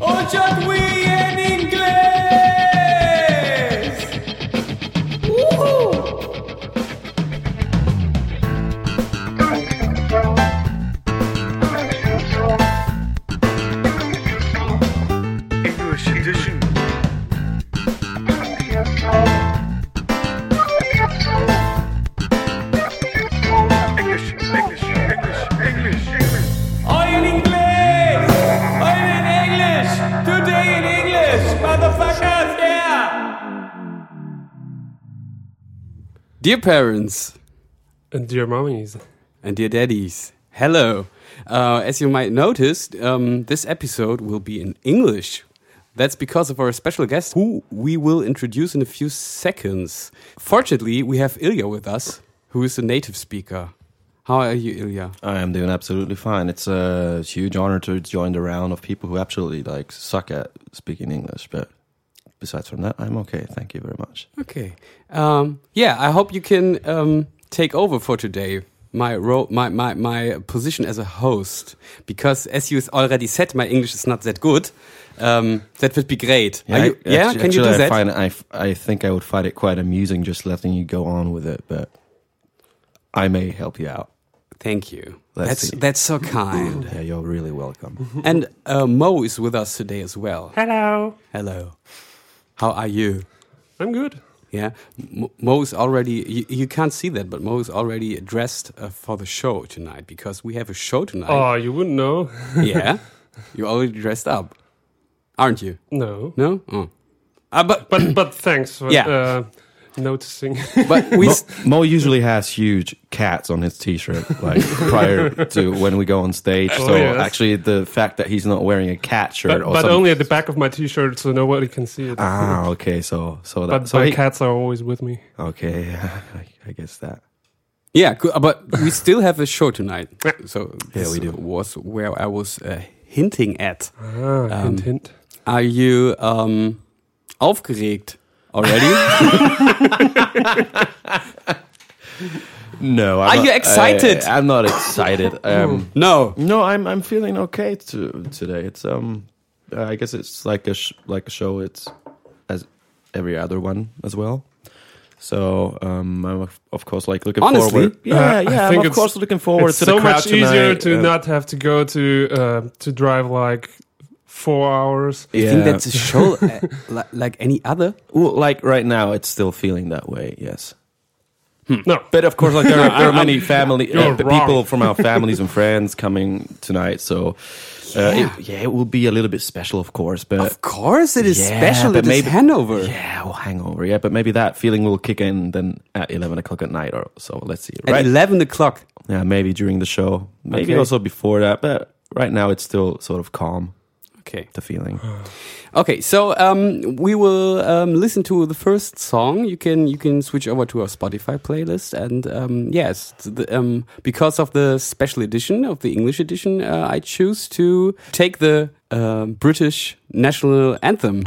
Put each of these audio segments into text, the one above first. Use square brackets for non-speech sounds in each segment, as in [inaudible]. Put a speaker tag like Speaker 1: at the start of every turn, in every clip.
Speaker 1: Ocho Wii en inglés. Uhu.
Speaker 2: English edition. English, English, English, English, English.
Speaker 1: Hoy en inglés. Hoy en English. Today in English. Motherfuckers, yeah.
Speaker 3: Dear parents
Speaker 4: And dear mummies.
Speaker 3: and dear daddies, hello. Uh, as you might noticed, um, this episode will be in English. That's because of our special guest, who we will introduce in a few seconds. Fortunately, we have Ilya with us, who is a native speaker. How are you, Ilya?
Speaker 5: I am doing absolutely fine. It's a huge honor to join the round of people who absolutely like suck at speaking English. But besides from that, I'm okay. Thank you very much.
Speaker 3: Okay. Um, yeah, I hope you can um, take over for today. My role, my, my my position as a host, because as you already said, my English is not that good. Um, that would be great. Are you-
Speaker 5: I-
Speaker 3: yeah?
Speaker 5: actu-
Speaker 3: can you
Speaker 5: actually,
Speaker 3: do that?
Speaker 5: I, find, I, f- I think I would find it quite amusing just letting you go on with it, but I may help you out.
Speaker 3: Thank you.
Speaker 5: Let's
Speaker 3: that's
Speaker 5: see.
Speaker 3: that's so kind.
Speaker 5: Yeah, you're really welcome.
Speaker 3: and uh, Mo is with us today as well.
Speaker 4: Hello.
Speaker 3: Hello. How are you?
Speaker 4: I'm good.
Speaker 3: Yeah, M- Mo is already. You, you can't see that, but Mo is already dressed uh, for the show tonight because we have a show tonight.
Speaker 4: Oh, you wouldn't know. [laughs]
Speaker 3: [laughs] Yeah, you're already dressed up, aren't you?
Speaker 4: no.
Speaker 3: No. Oh. Uh, but but
Speaker 4: But but thanks for
Speaker 3: Yeah.
Speaker 4: uh,
Speaker 5: [laughs]
Speaker 4: noticing.
Speaker 3: but we.
Speaker 5: Mo,
Speaker 3: s
Speaker 5: [laughs] Mo usually has huge cats on his t-shirt,
Speaker 3: [laughs]
Speaker 5: like prior to when we go on stage.
Speaker 3: Oh,
Speaker 5: so
Speaker 4: yes.
Speaker 5: actually, the fact that he's not wearing a cat shirt
Speaker 4: but
Speaker 5: or
Speaker 4: but
Speaker 5: something
Speaker 4: only at the back of my t-shirt so nobody can see it.
Speaker 5: Ah, okay. So, so that.
Speaker 4: but
Speaker 5: so
Speaker 4: my
Speaker 5: he-
Speaker 4: cats are always with me.
Speaker 5: Okay, [laughs] I, I guess that.
Speaker 3: yeah, good, but we still have a show tonight. So this
Speaker 5: we do.
Speaker 3: was where I was uh, hinting at.
Speaker 4: Ah,
Speaker 5: Um,
Speaker 4: hint, hint.
Speaker 3: Are you um, aufgeregt [laughs] already?
Speaker 5: No. I'm
Speaker 3: Are you excited?
Speaker 5: I, am not
Speaker 4: [laughs] Hmm.
Speaker 5: excited. Um,
Speaker 3: no.
Speaker 5: no, I'm I'm feeling okay to, today. It's um, I guess it's like a sh- like a show. It's as every other one as well. So um, I'm of- of course like looking
Speaker 3: Honestly?
Speaker 5: forward. [laughs] Yeah,
Speaker 4: I
Speaker 5: yeah.
Speaker 4: think
Speaker 5: I'm of
Speaker 4: it's-
Speaker 5: course looking forward
Speaker 4: it's
Speaker 5: to
Speaker 4: so
Speaker 5: the crowd
Speaker 4: much easier
Speaker 5: tonight.
Speaker 4: to
Speaker 5: Uh,
Speaker 4: not have to go to uh, to drive like four hours.
Speaker 5: Yeah.
Speaker 3: I think that's a show uh, li- like any other.
Speaker 5: well, like right now, it's still feeling that way. Yes.
Speaker 4: No,
Speaker 5: But of course, like there,
Speaker 3: [laughs]
Speaker 5: are, there are many family uh,
Speaker 4: You're
Speaker 5: p-
Speaker 4: wrong.
Speaker 5: people from our families and friends coming tonight, so uh, It, yeah, it will be a little bit special, of course. But
Speaker 3: Of course, it is
Speaker 5: yeah,
Speaker 3: special. It
Speaker 5: but
Speaker 3: is
Speaker 5: maybe-
Speaker 3: Hanover.
Speaker 5: yeah, well, hangover, yeah, but maybe that feeling will kick in then at eleven o'clock at night, or so. Let's see,
Speaker 3: At
Speaker 5: right?
Speaker 3: eleven o'clock.
Speaker 5: yeah, maybe during the show, maybe
Speaker 3: Okay.
Speaker 5: also before that. But right now, it's still sort of calm.
Speaker 3: Okay.
Speaker 5: The feeling.
Speaker 3: Okay. So um, we will um, listen to the first song. You can you can switch over to our Spotify playlist, and um, yes, the, um, because of the special edition of the English edition, uh, I choose to take the um British national [laughs] anthem.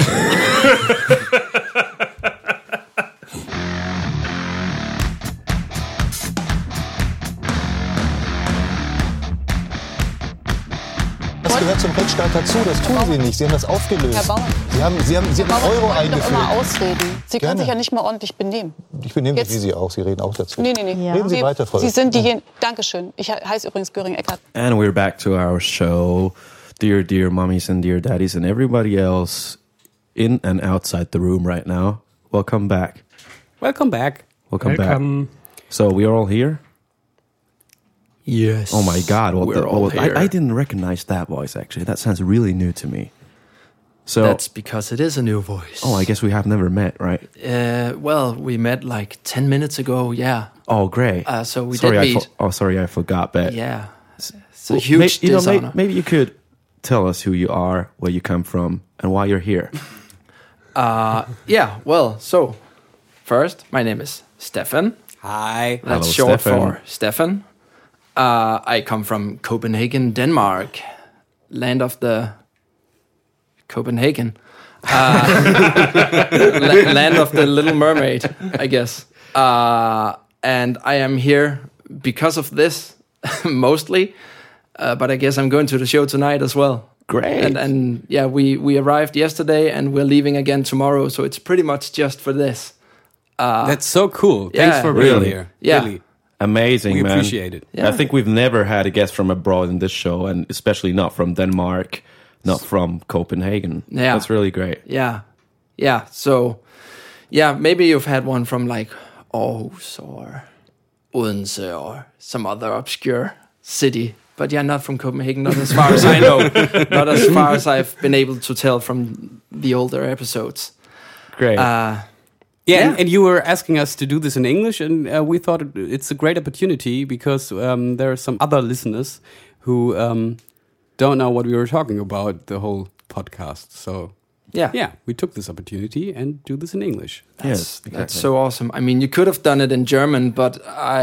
Speaker 6: Das gehört zum Rechtsstaat dazu, das tun Sie nicht. Sie haben das aufgelöst.
Speaker 7: Herr Bauer.
Speaker 6: Sie haben, Sie haben, Sie haben
Speaker 7: Warum
Speaker 6: Euro
Speaker 7: wollen Sie doch immer
Speaker 6: eingeführt.
Speaker 7: ausreden? Sie können
Speaker 6: Gerne.
Speaker 7: sich ja nicht mal ordentlich benehmen.
Speaker 6: Ich benehme mich
Speaker 7: Jetzt-
Speaker 6: wie Sie auch, Sie reden auch dazu.
Speaker 7: Nee, nee, nee.
Speaker 6: Reden Sie weiter, Frau
Speaker 7: Sie
Speaker 6: Lüttke.
Speaker 7: sind diejenigen. Dankeschön. Ich he- heiße übrigens Göring Eckert.
Speaker 5: And we're back to our show. Dear, dear mummies and dear daddies and everybody else in and outside the room right now. Welcome back.
Speaker 3: Welcome back.
Speaker 5: Welcome, back.
Speaker 4: welcome.
Speaker 5: So we are all here?
Speaker 3: Yes.
Speaker 5: Oh my god, what
Speaker 8: We're
Speaker 5: the,
Speaker 8: all
Speaker 5: what- I-
Speaker 8: here.
Speaker 5: I, didn't recognize that voice actually. That sounds really new to me. So
Speaker 8: That's because it is a new voice.
Speaker 5: Oh, I guess we have never met, right?
Speaker 8: Uh, well, we met like 10 minutes ago, yeah.
Speaker 5: Oh, great.
Speaker 8: Uh, so we
Speaker 5: sorry,
Speaker 8: did
Speaker 5: I
Speaker 8: meet.
Speaker 5: oh, sorry, I forgot. But
Speaker 8: Yeah. It's a
Speaker 5: Well,
Speaker 8: huge
Speaker 5: may- you know, may-
Speaker 8: dishonor.
Speaker 5: maybe you could tell us who you are, where you come from, and why you're here.
Speaker 8: yeah, well, so first, my name is Stefan.
Speaker 3: Hi.
Speaker 8: That's
Speaker 5: Hello,
Speaker 8: short
Speaker 5: Stefan.
Speaker 8: for Stefan. Uh, I come from Copenhagen, Denmark, land of the Copenhagen, [laughs] uh, la- land of the Little Mermaid, I guess. Uh, and I am here because of this [laughs] mostly. Uh, but I guess I'm going to the show tonight as well.
Speaker 5: Great.
Speaker 8: And and yeah, we we arrived yesterday and we're leaving again tomorrow, so it's pretty much just for this.
Speaker 3: That's so cool.
Speaker 8: Ah. Yeah.
Speaker 3: Thanks for being
Speaker 5: Really?
Speaker 3: here.
Speaker 8: Yeah.
Speaker 3: Really.
Speaker 5: Amazing,
Speaker 3: We
Speaker 5: man.
Speaker 3: appreciate it.
Speaker 8: Yeah.
Speaker 5: I think we've never had a guest from abroad in this show, and especially not from Denmark, not from Copenhagen.
Speaker 8: Yeah.
Speaker 5: That's really great.
Speaker 8: Yeah. Yeah. So yeah, maybe you've had one from like Aarhus or Odense or some other obscure city. But yeah, not from Copenhagen, not as far as I know. not as far as I've been able to tell from the older episodes.
Speaker 5: Great.
Speaker 8: Uh
Speaker 3: Yeah,
Speaker 8: Yeah.
Speaker 3: And, and you were asking us to do this in English, and uh, we thought it- it's a great opportunity because um, there are some other listeners who um, don't know what we were talking about the whole podcast. So,
Speaker 8: yeah.
Speaker 3: yeah, we took this opportunity and do this in English.
Speaker 5: yes.
Speaker 8: That's
Speaker 5: exactly.
Speaker 8: so awesome. I mean, you could have done it in German, but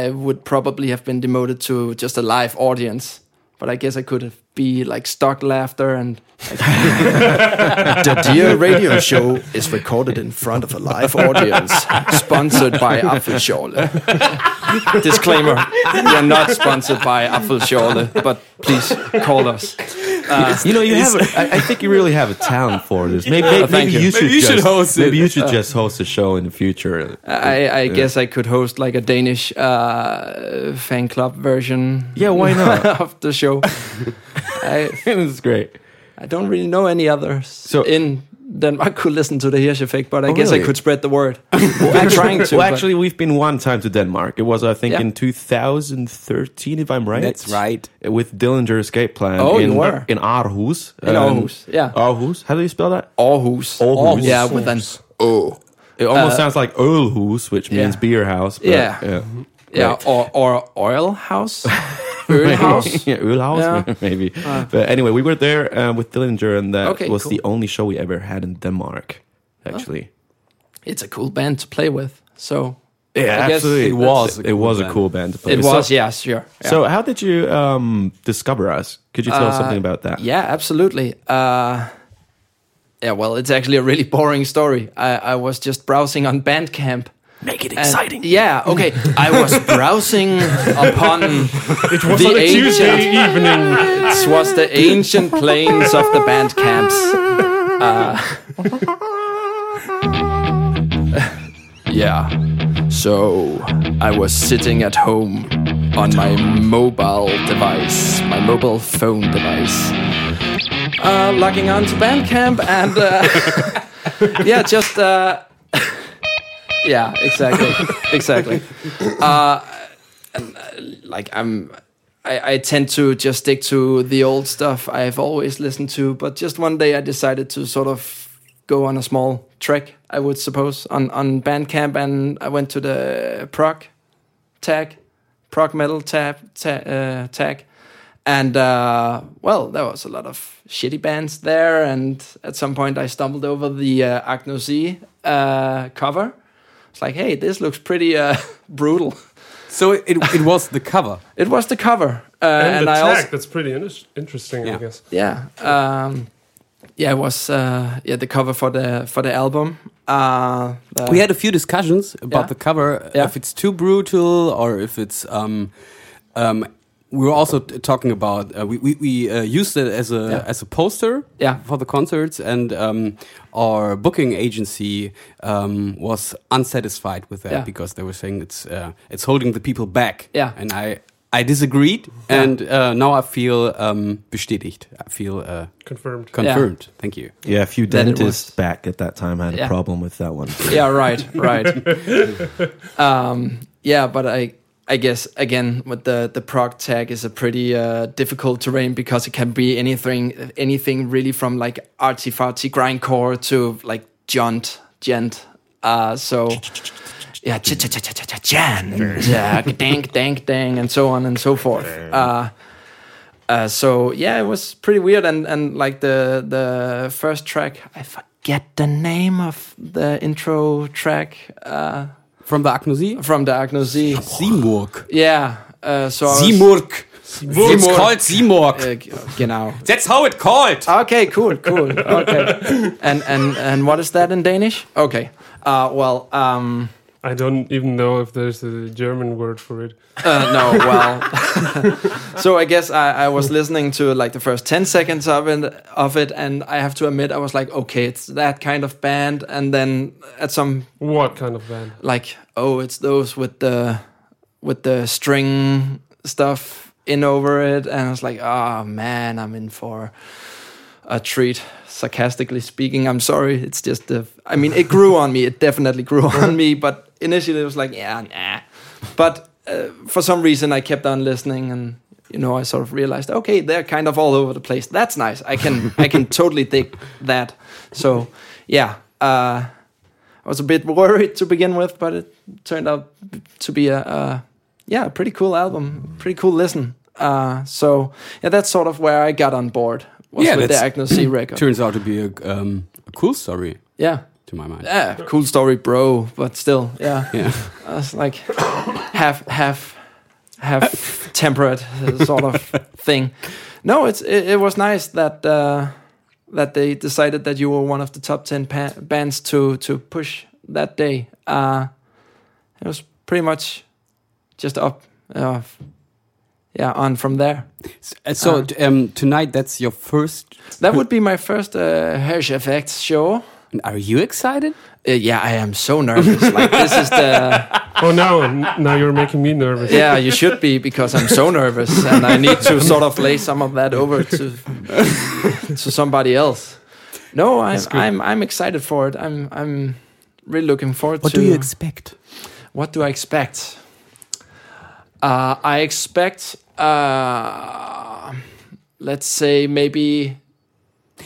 Speaker 8: I would probably have been demoted to just a live audience. But I guess I could have be like stock laughter and [laughs] the Dear Radio Show is recorded in front of a live audience, sponsored by Apfelschorle. [laughs] Disclaimer: We are not sponsored by Apfelschorle, but please call us.
Speaker 5: you know, you have.
Speaker 8: [laughs]
Speaker 5: A, I, I think you really have a talent for
Speaker 3: [laughs]
Speaker 5: this. Maybe, maybe,
Speaker 8: thank
Speaker 5: you.
Speaker 8: you.
Speaker 5: should
Speaker 3: Maybe Oh, you
Speaker 5: just,
Speaker 3: should host it.
Speaker 5: Maybe you should just host a show in the future.
Speaker 8: I, I guess I could host like a Danish uh, fan club version.
Speaker 5: Yeah,
Speaker 8: [laughs]
Speaker 5: why not?
Speaker 8: of the show. I,
Speaker 5: [laughs] it's great.
Speaker 8: I don't really know any others
Speaker 5: So- Oh,
Speaker 8: in Denmark who listen to the Hirsch effect, but I guess I
Speaker 5: really?
Speaker 8: could spread
Speaker 5: [laughs]
Speaker 8: the word. I'm trying to.
Speaker 5: well,
Speaker 8: but-
Speaker 5: actually, we've been one time to Denmark. It was, I think,
Speaker 8: Yeah.
Speaker 5: in 2013, if I'm right.
Speaker 3: That's right.
Speaker 5: With Dillinger Escape Plan.
Speaker 8: Oh,
Speaker 5: in,
Speaker 8: you were.
Speaker 5: in Aarhus. Um,
Speaker 8: In Aarhus, yeah.
Speaker 5: Aarhus. How do you spell that?
Speaker 8: Aarhus.
Speaker 5: Aarhus. Oh.
Speaker 8: Yeah, with an O.
Speaker 5: It almost sounds like Ølhus, which means
Speaker 8: Uh, yeah.
Speaker 5: beer house. But,
Speaker 8: Yeah. [laughs]
Speaker 5: yeah.
Speaker 8: Yeah,
Speaker 5: Right.
Speaker 8: or, or oil
Speaker 5: [laughs]
Speaker 8: house. Öl house.
Speaker 5: yeah, Ölhaus,
Speaker 8: Yeah.
Speaker 5: [laughs]
Speaker 8: Uh.
Speaker 5: maybe. but anyway, we were there uh, with Dillinger, and that
Speaker 8: Okay,
Speaker 5: was
Speaker 8: cool.
Speaker 5: the only show we ever had in Denmark, actually.
Speaker 8: It's a cool band to play with. So
Speaker 5: Yeah,
Speaker 8: I guess
Speaker 5: absolutely.
Speaker 8: it
Speaker 5: That's-
Speaker 3: was a
Speaker 5: It
Speaker 3: cool
Speaker 5: was a
Speaker 3: band.
Speaker 5: cool band. to play
Speaker 8: it
Speaker 5: with.
Speaker 8: was,
Speaker 5: So,
Speaker 8: yeah, sure. Yeah.
Speaker 5: so how did you um, discover us? Could you tell us
Speaker 8: Uh,
Speaker 5: something about that?
Speaker 8: Yeah, absolutely. Uh, yeah, well, it's actually a really [laughs] boring story. I, I was just browsing on Bandcamp. Make it exciting. yeah, okay. I was browsing upon
Speaker 4: [laughs] It was
Speaker 8: the
Speaker 4: on a Tuesday
Speaker 8: ancient.
Speaker 4: evening.
Speaker 8: It was the ancient plains of the Bandcamps. Uh, [laughs] yeah. So I was sitting at home on my mobile device, my mobile phone device, uh, logging on to Bandcamp and uh, [laughs] yeah, just uh, [laughs] yeah, exactly, exactly. Uh, and, uh, like I'm. I, I tend to just stick to the old stuff I've always listened to, but just one day I decided to sort of go on a small trek, I would suppose, on, on Bandcamp, and I went to the prog tag, prog metal tab, ta- uh, tag, and uh, well, there was a lot of shitty bands there, and at some point I stumbled over the uh, Agnosy uh, cover. It's like, hey, this looks pretty uh, [laughs] brutal.
Speaker 3: So it, it was the cover.
Speaker 8: It was the cover, uh,
Speaker 4: And,
Speaker 8: and,
Speaker 4: the
Speaker 8: I
Speaker 4: tag,
Speaker 8: also
Speaker 4: that's pretty inter- interesting,
Speaker 3: Yeah.
Speaker 4: I guess.
Speaker 8: yeah um yeah it was uh yeah the cover for the for the album uh the-
Speaker 3: we had a few discussions about
Speaker 8: Yeah.
Speaker 3: the cover
Speaker 8: Yeah.
Speaker 3: if it's too brutal or if it's um um we were also t- talking about uh, we we, we uh, used it as a
Speaker 8: Yeah.
Speaker 3: as a poster
Speaker 8: Yeah.
Speaker 3: for the concerts and um, our booking agency um, was unsatisfied with that
Speaker 8: Yeah.
Speaker 3: because they were saying it's uh, it's holding the people back
Speaker 8: Yeah.
Speaker 3: and I I disagreed and uh, now I feel um, bestätigt I feel uh,
Speaker 4: Confirmed.
Speaker 3: confirmed thank you
Speaker 5: Yeah, a few
Speaker 8: Then it
Speaker 5: dentists
Speaker 8: was-
Speaker 5: back at that time had
Speaker 8: Yeah.
Speaker 5: a problem with that one.
Speaker 8: yeah right right um yeah but i i guess again with the the proc tag is a pretty uh difficult terrain because it can be anything anything really from like artsy fartsy grindcore to like junt gent uh so yeah ch- ch- ch- ch- ch- ch- gent yeah dank dank dang and so on and so forth uh uh, so yeah, it was pretty weird, and and like the the first track, I forget the name of the intro track uh,
Speaker 3: from the Agnosie
Speaker 8: from
Speaker 3: [laughs]
Speaker 8: the Agnosy.
Speaker 3: Siemurg
Speaker 8: Yeah, uh, so I was-
Speaker 3: Siemurg it's
Speaker 8: Siemurg.
Speaker 3: called Siemurg
Speaker 8: Uh, g- genau.
Speaker 3: That's how it called.
Speaker 8: Okay, cool, cool. Okay, and and and what is that in Danish? Okay, uh, well, um,
Speaker 4: I don't even know if there's a German word for it.
Speaker 8: Uh, no, well, [laughs] so I guess I, I was listening to like the first ten seconds of it, of it, and I have to admit I was like, okay, it's that kind of band, and then at some
Speaker 4: What kind of band?
Speaker 8: like, oh, it's those with the with the string stuff in over it, and I was like, oh man, I'm in for a treat. Sarcastically speaking, I'm sorry. It's just the. I mean, it grew on me. It definitely grew on me. But initially, it was like, yeah, nah. But uh, for some reason, I kept on listening, and you know, I sort of realized, okay, they're kind of all over the place. That's nice. I can I can totally dig that. So yeah, uh, I was a bit worried to begin with, but it turned out to be a, a yeah, a pretty cool album, pretty cool listen. Uh, so yeah, that's sort of where I got on board. Was
Speaker 3: Yeah,
Speaker 8: with the
Speaker 3: that's-
Speaker 8: Agnes C record.
Speaker 3: Ah, Turns out to be a, um, a cool story
Speaker 8: Yeah.
Speaker 3: to my
Speaker 8: [laughs]
Speaker 3: mind.
Speaker 8: Yeah, cool story, bro. But still, yeah,
Speaker 3: Yeah.
Speaker 8: I was like half, half, half temperate uh, sort [laughs] of thing. No, it's it, it was nice that uh, that they decided that you were one of the top ten pa- bands to to push that day. Uh, it was pretty much just up, uh, yeah, on from there.
Speaker 3: S- So t-
Speaker 8: Ah.
Speaker 3: um, tonight that's your first.
Speaker 8: That would be my first uh, Hirsch Effects show.
Speaker 3: Are you excited?
Speaker 8: Uh, yeah, I am so nervous. Like this is [laughs] the.
Speaker 4: Oh, now n- now [laughs] you're making me nervous.
Speaker 8: yeah, you should be because I'm so nervous and I need to sort of lay some of that over to to somebody else. No, I'm I'm I'm excited for it. I'm I'm really looking forward
Speaker 3: What
Speaker 8: to
Speaker 3: do you expect?
Speaker 8: what do I expect? Uh, I expect uh, let's say maybe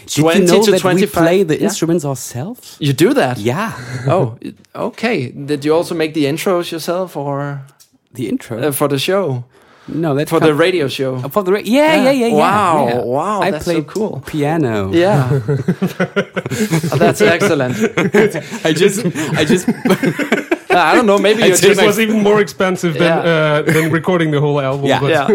Speaker 3: Did you
Speaker 8: 20
Speaker 3: know
Speaker 8: to
Speaker 3: that we
Speaker 8: 25
Speaker 3: play the
Speaker 8: yeah.
Speaker 3: instruments ourselves?
Speaker 8: you do that.
Speaker 3: Yeah,
Speaker 8: Oh, it- okay. Did you also make the intros yourself or
Speaker 3: the intro.
Speaker 8: uh, for the show?
Speaker 3: no, that
Speaker 8: For the
Speaker 3: come-
Speaker 8: radio show?
Speaker 3: Uh, for the ra- yeah, yeah,
Speaker 8: Yeah.
Speaker 3: yeah, yeah.
Speaker 8: Wow,
Speaker 3: yeah.
Speaker 8: wow,
Speaker 3: I
Speaker 8: that's so
Speaker 3: played
Speaker 8: cool.
Speaker 3: piano.
Speaker 8: Yeah. Oh, that's excellent.
Speaker 3: I just, I just.
Speaker 8: [laughs] Uh, I don't know. [laughs] Maybe
Speaker 3: I
Speaker 8: you
Speaker 3: take
Speaker 8: just
Speaker 4: This was even more expensive than uh, than recording the whole album.
Speaker 3: Yeah.
Speaker 4: but
Speaker 8: yeah.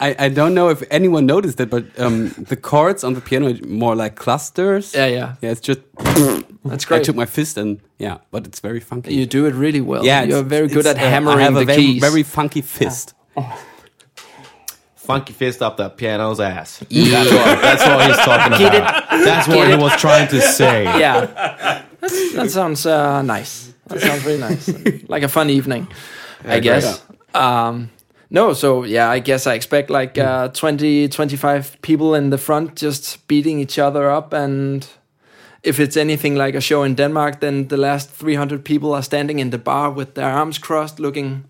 Speaker 3: I, I, I don't know if anyone noticed it, but um, the chords on the piano are more like clusters.
Speaker 8: Yeah, yeah.
Speaker 3: Yeah, it's just.
Speaker 8: That's
Speaker 3: I
Speaker 8: great.
Speaker 3: took my fist and yeah, but it's very funky.
Speaker 8: [laughs] You do it really well.
Speaker 3: yeah,
Speaker 8: you're
Speaker 3: it's-
Speaker 8: very good at
Speaker 3: it's, uh,
Speaker 8: hammering
Speaker 3: I have
Speaker 8: the
Speaker 3: a very,
Speaker 8: keys.
Speaker 3: Very funky fist.
Speaker 5: Funky fist up that piano's
Speaker 8: [laughs]
Speaker 5: ass. That's, what, that's what he's talking about. That's what he was trying to say.
Speaker 8: [laughs] yeah. That's, [laughs] that sounds uh, nice. That sounds really [laughs] nice. like a fun evening, I guess. Um, no, so yeah, I guess I expect like uh, 20, 25 people in the front just beating each other up. And if it's anything like a show in Denmark, then the last 300 people are standing in the bar with their arms crossed, looking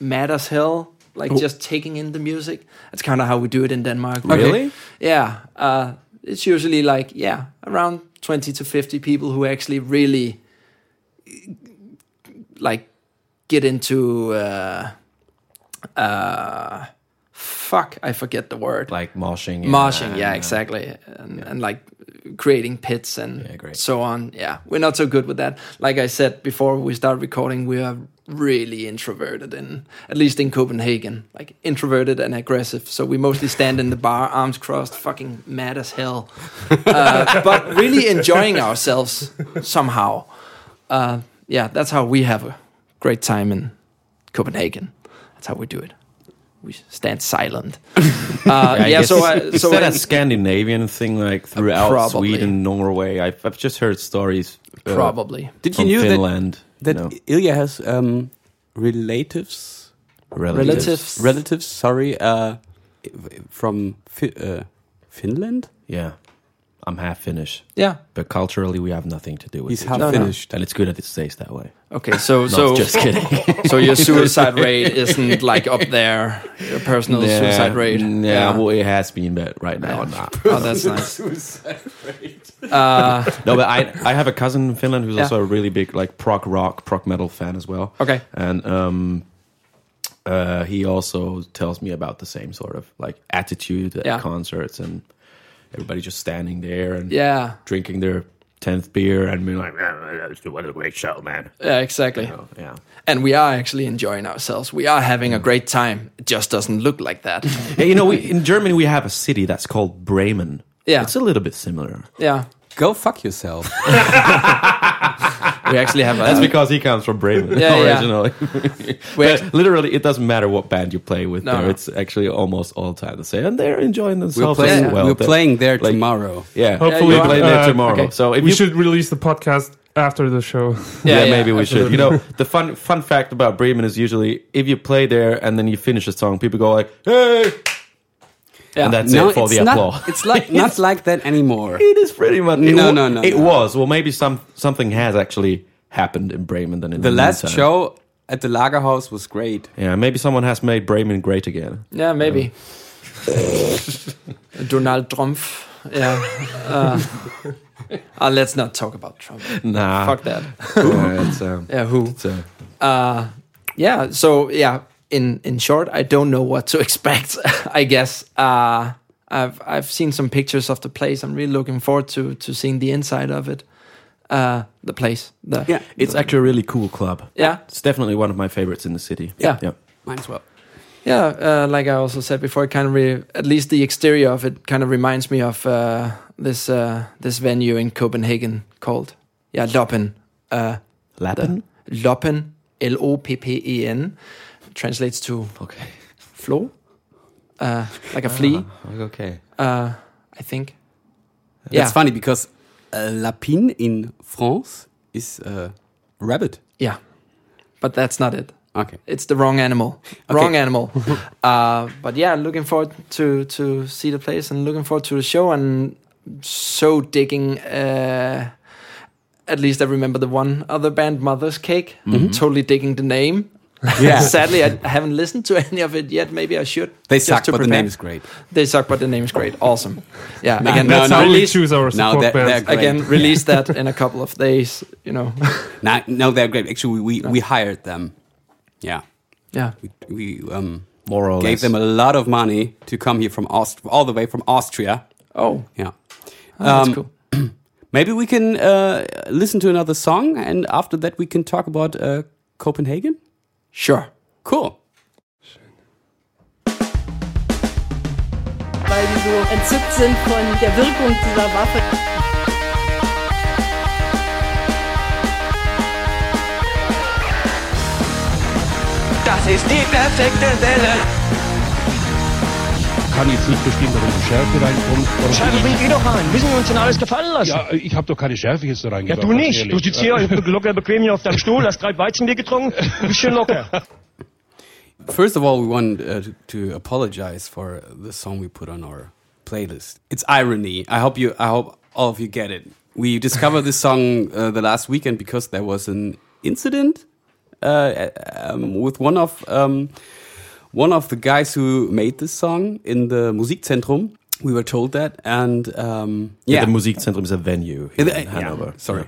Speaker 8: mad as hell, like just taking in the music. That's kind of how we do it in Denmark.
Speaker 3: Really?
Speaker 8: Yeah, uh, it's usually like yeah, around twenty to fifty people who actually really like get into uh, uh, fuck. I forget the word.
Speaker 5: Like moshing. and-
Speaker 8: Marshing, yeah, exactly, and, and like creating pits and
Speaker 5: Yeah, great.
Speaker 8: so on. Yeah, we're not so good with that. Like I said before, we start recording. We are really introverted, in at least in Copenhagen, like introverted and aggressive. So we mostly stand in the bar, arms crossed, fucking mad as hell, uh, but really enjoying ourselves somehow. Uh, yeah, that's how we have a great time in Copenhagen. That's how we do it. We
Speaker 5: [laughs]
Speaker 8: stand silent. Uh,
Speaker 5: I
Speaker 8: yeah,
Speaker 5: guess [laughs]
Speaker 8: so
Speaker 5: it's-
Speaker 8: I,
Speaker 5: is
Speaker 8: so
Speaker 5: that
Speaker 8: in-
Speaker 5: a Scandinavian thing, like throughout
Speaker 8: probably.
Speaker 5: Sweden, Norway? I've, I've just heard stories. uh,
Speaker 8: Probably.
Speaker 3: Did you
Speaker 5: from
Speaker 3: knew
Speaker 5: Finland.
Speaker 3: that that
Speaker 5: no,
Speaker 3: Ilya has um, relatives,
Speaker 5: relatives.
Speaker 8: relatives.
Speaker 3: relatives? Sorry, uh, from fi- uh, Finland.
Speaker 5: Yeah, I'm half Finnish,
Speaker 8: Yeah.
Speaker 5: but culturally we have nothing to do with
Speaker 3: He's
Speaker 5: it.
Speaker 3: half
Speaker 8: No, no.
Speaker 3: finished.
Speaker 5: And it's good that it stays that way.
Speaker 8: Okay. So
Speaker 5: So
Speaker 8: so [laughs]
Speaker 5: just kidding. [laughs]
Speaker 8: so your suicide rate isn't like up there. Your personal suicide rate.
Speaker 5: Yeah, well, it has been, but right now
Speaker 8: Yeah.
Speaker 5: not.
Speaker 8: oh, that's nice. Uh,
Speaker 5: No, but
Speaker 8: [laughs]
Speaker 5: I I have a cousin in Finland who's
Speaker 8: Yeah.
Speaker 5: also a really big like prog rock, prog metal fan as well.
Speaker 8: Okay.
Speaker 5: and um, uh, he also tells me about the same sort of like attitude at
Speaker 8: Yeah.
Speaker 5: concerts and everybody just standing there and
Speaker 8: yeah.
Speaker 5: drinking their tenth beer and being like, "Man, that's- "What a great show, man!"
Speaker 8: Yeah. Exactly.
Speaker 5: So, yeah,
Speaker 8: And we are actually enjoying ourselves. We are having a great time. It just doesn't look like that.
Speaker 5: yeah. You know, we, in Germany we have a city that's called Bremen.
Speaker 8: Yeah.
Speaker 5: it's a little bit similar. [laughs]
Speaker 8: Yeah.
Speaker 3: Go fuck yourself.
Speaker 8: We actually have.
Speaker 3: Uh,
Speaker 5: That's
Speaker 8: a-
Speaker 5: because he comes from Bremen [laughs]
Speaker 8: Yeah, yeah.
Speaker 3: [laughs]
Speaker 5: originally.
Speaker 8: We
Speaker 5: But
Speaker 8: act-
Speaker 5: literally, it doesn't matter what band you play with.
Speaker 8: No,
Speaker 5: there.
Speaker 8: no.
Speaker 5: It's actually almost all time the same, and they're enjoying
Speaker 3: We're
Speaker 5: themselves
Speaker 3: playing,
Speaker 5: as well.
Speaker 3: we're
Speaker 5: They're-
Speaker 3: playing there
Speaker 5: like-
Speaker 3: tomorrow.
Speaker 5: Yeah,
Speaker 4: Hopefully,
Speaker 5: we're
Speaker 4: uh,
Speaker 5: playing there tomorrow.
Speaker 8: okay.
Speaker 5: So if
Speaker 4: we
Speaker 5: you
Speaker 4: should release the podcast after the show.
Speaker 5: yeah,
Speaker 8: yeah,
Speaker 5: maybe we should. You know, the fun fun fact about Bremen is usually if you play there and then you finish a song, people go like, "Hey!"
Speaker 8: Yeah.
Speaker 5: and that's it for
Speaker 3: it's
Speaker 5: the
Speaker 3: not,
Speaker 5: applause. [laughs]
Speaker 3: It's like
Speaker 8: [laughs]
Speaker 3: not like that anymore.
Speaker 5: It is pretty much. It
Speaker 3: No,
Speaker 5: wa-
Speaker 3: no, no,
Speaker 5: It
Speaker 3: no.
Speaker 5: was. Well, maybe some something has actually happened in Bremen. Then in the,
Speaker 3: The last
Speaker 5: meantime.
Speaker 3: show at the Lagerhaus was great.
Speaker 5: Yeah, maybe someone has made Bremen great again.
Speaker 8: Yeah, maybe. [laughs] Donald Trump. Yeah. Uh, uh, let's not talk about Trump.
Speaker 5: Nah, [laughs]
Speaker 8: Fuck that.
Speaker 5: Yeah, it's, um,
Speaker 8: Yeah, who?
Speaker 5: it's, uh,
Speaker 8: Uh, yeah. So yeah. In in short, I don't know what to [laughs] expect. I guess. Uh, I've I've seen some pictures of the place. I'm really looking forward to to seeing the inside of it. Uh, the place. The,
Speaker 3: Yeah.
Speaker 5: it's actually a really cool club.
Speaker 8: Yeah.
Speaker 5: It's definitely one of my favorites in the city.
Speaker 8: Yeah.
Speaker 5: yeah.
Speaker 3: Might as well.
Speaker 8: Yeah, uh, like I also said before, it kind of re- at least the exterior of it kind of reminds me of uh, this uh, this venue in Copenhagen called yeah Loppen. Uh,
Speaker 5: Lappin?
Speaker 8: Loppen, L O P P E N, translates to
Speaker 5: Okay.
Speaker 8: flow, uh, like a flea,
Speaker 5: Okay.
Speaker 8: uh, I think.
Speaker 3: It's
Speaker 8: Yeah,
Speaker 3: funny because uh, lapin in France is uh, rabbit.
Speaker 8: yeah, but that's not it.
Speaker 3: Okay.
Speaker 8: It's the wrong animal. Wrong
Speaker 3: [laughs]
Speaker 8: animal. uh, but yeah, looking forward to to see the place and looking forward to the show and so digging. Uh, at least I remember the one other band, Mother's Cake. Totally digging the name.
Speaker 3: Mm-hmm. Yeah.
Speaker 8: [laughs] Sadly, I haven't listened to any of it yet. Maybe I should.
Speaker 3: They
Speaker 8: just
Speaker 3: suck,
Speaker 8: to
Speaker 3: but the
Speaker 8: prepare.
Speaker 3: name is great.
Speaker 8: They suck, but the name is
Speaker 3: [laughs]
Speaker 8: great. Awesome. Yeah.
Speaker 3: Nah,
Speaker 8: again,
Speaker 3: no,
Speaker 8: that's
Speaker 3: no,
Speaker 8: how
Speaker 4: How we
Speaker 8: release.
Speaker 4: choose our
Speaker 3: Now
Speaker 4: support
Speaker 3: that-
Speaker 4: bands.
Speaker 3: that- Great.
Speaker 8: Again, release that in a couple of days. You
Speaker 3: [laughs]
Speaker 8: know.
Speaker 3: Nah, no, they're great. Actually, we, we, we hired them. Yeah.
Speaker 8: yeah.
Speaker 3: We, we um,
Speaker 5: More or
Speaker 3: gave
Speaker 5: less.
Speaker 3: them a lot of money to come here from Aust- all the way from Austria.
Speaker 8: Oh,
Speaker 3: Yeah.
Speaker 8: that's
Speaker 3: Um,
Speaker 8: cool.
Speaker 3: Maybe we can uh, listen to another song, and after that, we can talk about uh, Copenhagen.
Speaker 8: Sure.
Speaker 3: Cool.
Speaker 9: weil die so entzückt sind von der Wirkung dieser Waffe.
Speaker 10: Das ist die perfekte Welle.
Speaker 11: kann jetzt nicht bestimmen, ob eine Schärfe reinkommt.
Speaker 10: Scheibe, bring die doch rein. Müssen wir uns denn alles gefallen lassen?
Speaker 11: Ja, ich habe doch keine Schärfe jetzt da
Speaker 10: Ja,
Speaker 11: reingebracht.
Speaker 10: du
Speaker 11: ganz
Speaker 10: nicht. Du
Speaker 11: ehrlich. [laughs]
Speaker 10: sitzt hier locker bequem hier auf deinem Stuhl, hast drei Weizenbier getrunken, du bist
Speaker 11: [laughs]
Speaker 10: schön locker.
Speaker 3: First of all, we want uh, to- to apologize for the song we put on our playlist. It's irony. I hope you. I hope all of you get it. We discovered this song uh, the last weekend because there was an incident uh, um, with one of um, one of the guys who made this song in the Musikzentrum. We were told that, and um, yeah,
Speaker 5: The Musikzentrum is a venue here
Speaker 3: Yeah,
Speaker 5: in Hanover. [clears throat]
Speaker 3: sorry.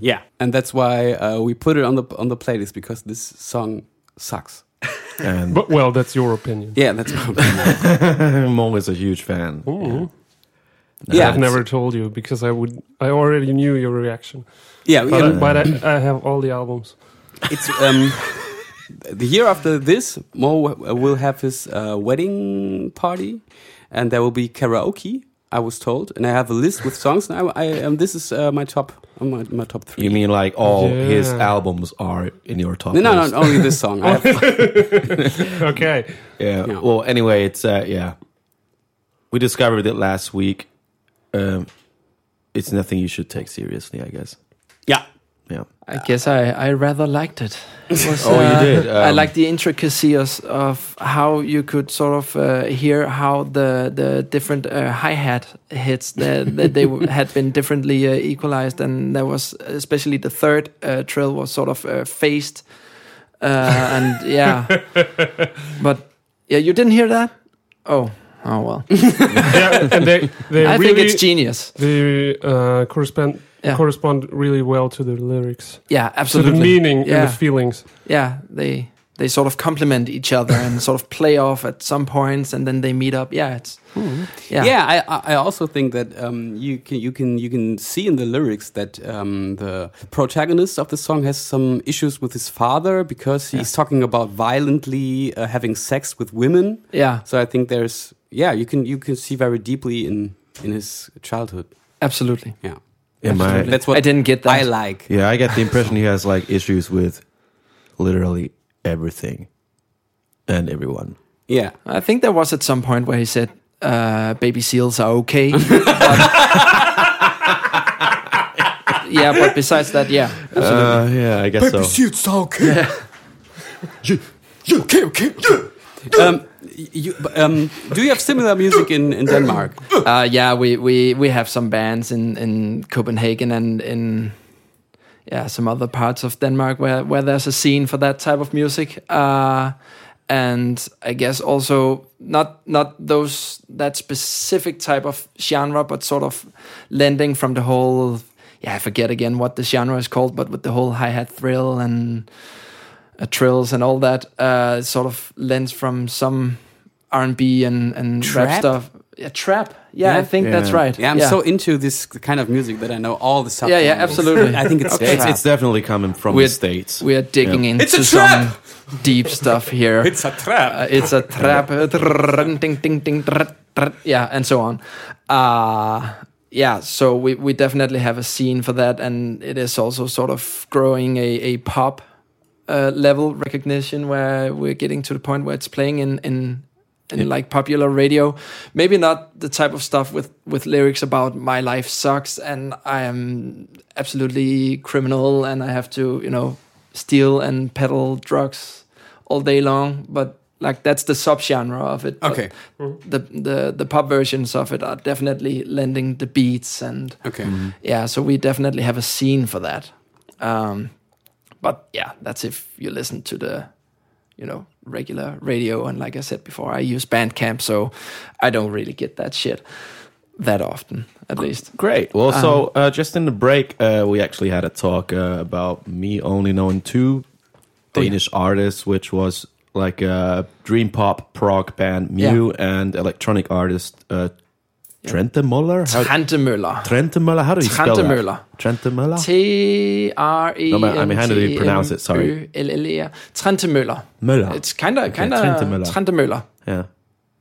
Speaker 3: yeah, and that's why uh, we put it on the on the playlist because this song sucks.
Speaker 5: And
Speaker 4: [laughs] But well, that's your opinion.
Speaker 3: Yeah, that's my opinion.
Speaker 5: Mong is a huge fan.
Speaker 3: yeah,
Speaker 4: I've never told you because I would. I already knew your reaction.
Speaker 3: Yeah,
Speaker 4: But,
Speaker 3: yeah,
Speaker 4: but I, I have all the albums.
Speaker 3: it's um, the year after this, Mo uh, will have his uh, wedding party, and there will be karaoke. I was told, and I have a list with songs. And I, I um, this is uh, my top, uh, my, my top three.
Speaker 5: You mean like all
Speaker 4: Yeah.
Speaker 5: his albums are in your top?
Speaker 3: no, no,
Speaker 5: list?
Speaker 3: no, only this song. I have,
Speaker 4: Okay.
Speaker 5: Yeah.
Speaker 3: Yeah.
Speaker 5: Well, anyway, it's uh, yeah. We discovered it last week. Um, it's nothing you should take seriously, I guess.
Speaker 3: yeah,
Speaker 5: Yeah.
Speaker 8: I guess I, I rather liked it. It was,
Speaker 5: Oh, you
Speaker 8: uh,
Speaker 5: did,
Speaker 8: I
Speaker 5: um,
Speaker 8: liked the intricacies of how you could sort of uh, hear how the the different uh, hi hat hits that, that they w- had been differently uh, equalized, and there was especially the third uh, trill was sort of uh, phased, uh, and yeah, but yeah, you didn't hear that. Oh, oh well.
Speaker 4: Yeah, and they they
Speaker 8: I
Speaker 4: really
Speaker 8: think it's genius.
Speaker 4: they uh, correspond
Speaker 8: Yeah.
Speaker 4: correspond really well to the lyrics,
Speaker 8: Yeah,
Speaker 4: to the
Speaker 8: absolutely.
Speaker 4: meaning
Speaker 8: yeah.
Speaker 4: and the feelings.
Speaker 8: yeah they they sort of complement each other and sort of play off at some points and then they meet up yeah it's yeah
Speaker 3: yeah. I I, I also think that um, you can you can you can see in the lyrics that um, the protagonist of the song has some issues with his father because he's talking about violently uh, having sex with women.
Speaker 8: yeah
Speaker 3: So I think there's yeah, you can you can see very deeply in in his childhood.
Speaker 8: absolutely
Speaker 3: Yeah.
Speaker 5: in my
Speaker 3: That's what I
Speaker 8: didn't get that.
Speaker 3: I like.
Speaker 5: yeah, I get the impression he has like issues with literally everything and everyone.
Speaker 3: Yeah.
Speaker 8: I think there was at some point where he said, uh, baby seals are okay. But- yeah, but besides that, yeah.
Speaker 5: Uh, yeah, I guess so.
Speaker 3: okay. okay, okay. Um, you, um, do you have similar music in, in Denmark?
Speaker 8: Uh, yeah, we, we, we have some bands in, in Copenhagen and in yeah some other parts of Denmark where, where there's a scene for that type of music. Uh, and I guess also not not those that specific type of genre, but sort of lending from the whole yeah I forget again what the genre is called, but with the whole hi hat thrill and uh, trills and all that uh, sort of lends from some R and B and and
Speaker 3: Trap?
Speaker 8: rap stuff. Yeah, trap. Yeah, I think that's
Speaker 5: Yeah.
Speaker 8: right.
Speaker 3: Yeah, I'm so into this kind of music that I know all the stuff.
Speaker 8: Yeah, yeah, absolutely.
Speaker 3: I think it's
Speaker 5: Yeah, it's, it's definitely coming from
Speaker 8: We're-
Speaker 5: the states.
Speaker 8: we are digging
Speaker 5: Yeah.
Speaker 8: into
Speaker 3: It's a
Speaker 8: some
Speaker 3: trap!
Speaker 8: deep stuff here.
Speaker 3: [laughs] It's a trap.
Speaker 8: Uh, it's a trap. Uh, trrrr, ding, ding, ding, trrr, trrr. yeah, and so on. Uh, yeah, so we, we definitely have a scene for that, and it is also sort of growing a, a pop uh, level recognition where we're getting to the point where it's playing in in in like popular radio. Maybe not the type of stuff with with lyrics about my life sucks and I am absolutely criminal and I have to you know steal and peddle drugs all day long, but like that's the subgenre of it. But
Speaker 3: Okay.
Speaker 8: The, the the pop versions of it are definitely lending the beats and
Speaker 3: Okay.
Speaker 8: yeah, so we definitely have a scene for that. Um, but yeah, that's if you listen to the, you know, regular radio. And like I said before, I use Bandcamp, so I don't really get that shit that often, at least.
Speaker 5: Great. Well, so
Speaker 8: Um,
Speaker 5: uh, just in the break, uh, we actually had a talk uh, about me only knowing
Speaker 8: Oh,
Speaker 5: two Danish artists, which was like a dream pop prog band Mew and electronic artist uh, Trente Muller. How,
Speaker 8: Tantemöller.
Speaker 5: Trente Muller. How do you spell
Speaker 8: Trentemøller.
Speaker 5: that? Trente Muller.
Speaker 8: T R E.
Speaker 5: No, man, I mean, how do they er pronounce it? Sorry.
Speaker 8: Trentemöller.
Speaker 5: Müller.
Speaker 8: It's kind of,
Speaker 5: Okay,
Speaker 8: kind of
Speaker 5: Trentemøller.
Speaker 8: Trentemöller.
Speaker 5: Yeah.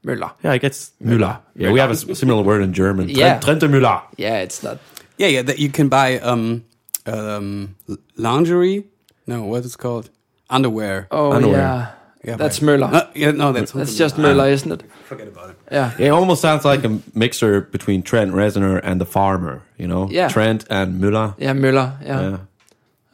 Speaker 8: Müller.
Speaker 5: Yeah, I guess Müller. Yeah, we have a [laughs] s- similar word in German.
Speaker 8: Yeah.
Speaker 5: Trent, Trente Müller.
Speaker 8: Yeah, it's not.
Speaker 3: Yeah, yeah. That you can buy um, um, l- lingerie. No, what is it called? Underwear.
Speaker 8: Oh,
Speaker 5: Underwear.
Speaker 8: yeah.
Speaker 3: Yeah,
Speaker 8: That's
Speaker 3: right.
Speaker 8: Müller.
Speaker 3: Uh, yeah, no, that's
Speaker 8: That's just Müller, isn't it?
Speaker 3: Forget about it.
Speaker 8: Yeah.
Speaker 5: It almost sounds like a mixer between Trent Reznor and the farmer, you know?
Speaker 8: Yeah.
Speaker 5: Trent and Müller.
Speaker 8: Yeah, Müller. Yeah.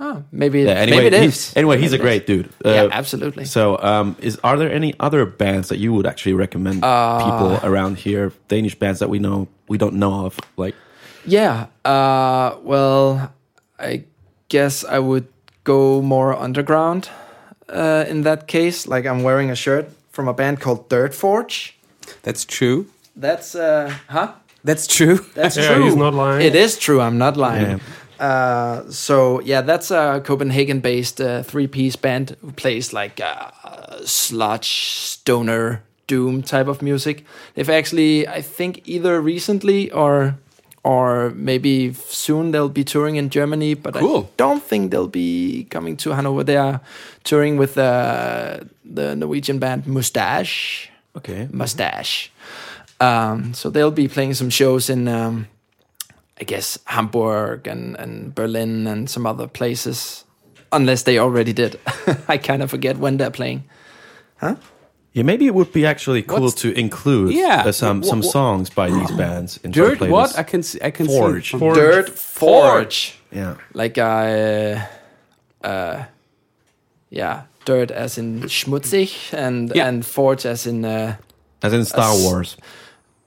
Speaker 5: Yeah.
Speaker 8: Maybe,
Speaker 5: Yeah, anyway,
Speaker 8: maybe it
Speaker 5: he's,
Speaker 8: is.
Speaker 5: anyway, he's a
Speaker 8: Maybe it
Speaker 5: great
Speaker 8: is.
Speaker 5: dude. Uh,
Speaker 8: Yeah, absolutely.
Speaker 5: So, um, is are there any other bands that you would actually recommend
Speaker 8: Uh,
Speaker 5: people around here, Danish bands that we know we don't know of? Like,
Speaker 8: Yeah. Uh, well, I guess I would go more underground uh, in that case. Like I'm wearing a shirt from a band called Dirt Forge.
Speaker 3: Ah, That's true.
Speaker 8: That's uh, huh?
Speaker 3: That's true.
Speaker 8: [laughs] That's
Speaker 4: Yeah,
Speaker 8: true.
Speaker 4: he's not lying.
Speaker 8: It is true. I'm not lying. Uh, so yeah, that's a Copenhagen-based uh, three-piece band who plays like uh, sludge, stoner, doom type of music. They've actually, I think, either recently or or maybe soon they'll be touring in Germany, but I
Speaker 3: Cool.
Speaker 8: don't think they'll be coming to Hanover. They are touring with uh, the Norwegian band Mustache
Speaker 5: okay,
Speaker 8: mustache. Um, so they'll be playing some shows in, um, I guess, Hamburg and, and Berlin and some other places, unless they already did. [laughs] I kind of forget when they're playing.
Speaker 5: yeah, maybe it would be actually cool
Speaker 3: What's-
Speaker 5: to include
Speaker 3: Yeah.
Speaker 5: uh, some
Speaker 3: Wha-
Speaker 5: some
Speaker 3: wha-
Speaker 5: songs by these bands in
Speaker 3: Dirt.
Speaker 5: some
Speaker 3: What
Speaker 5: playlists.
Speaker 3: I can see, I can
Speaker 5: Forge.
Speaker 3: see. it from-
Speaker 4: Forge.
Speaker 8: Dirt Forge.
Speaker 5: Yeah,
Speaker 8: Like, uh, uh, yeah, dirt as in schmutzig and,
Speaker 3: Yeah.
Speaker 8: and forge as in, uh,
Speaker 5: as in Star
Speaker 8: s-
Speaker 5: Wars.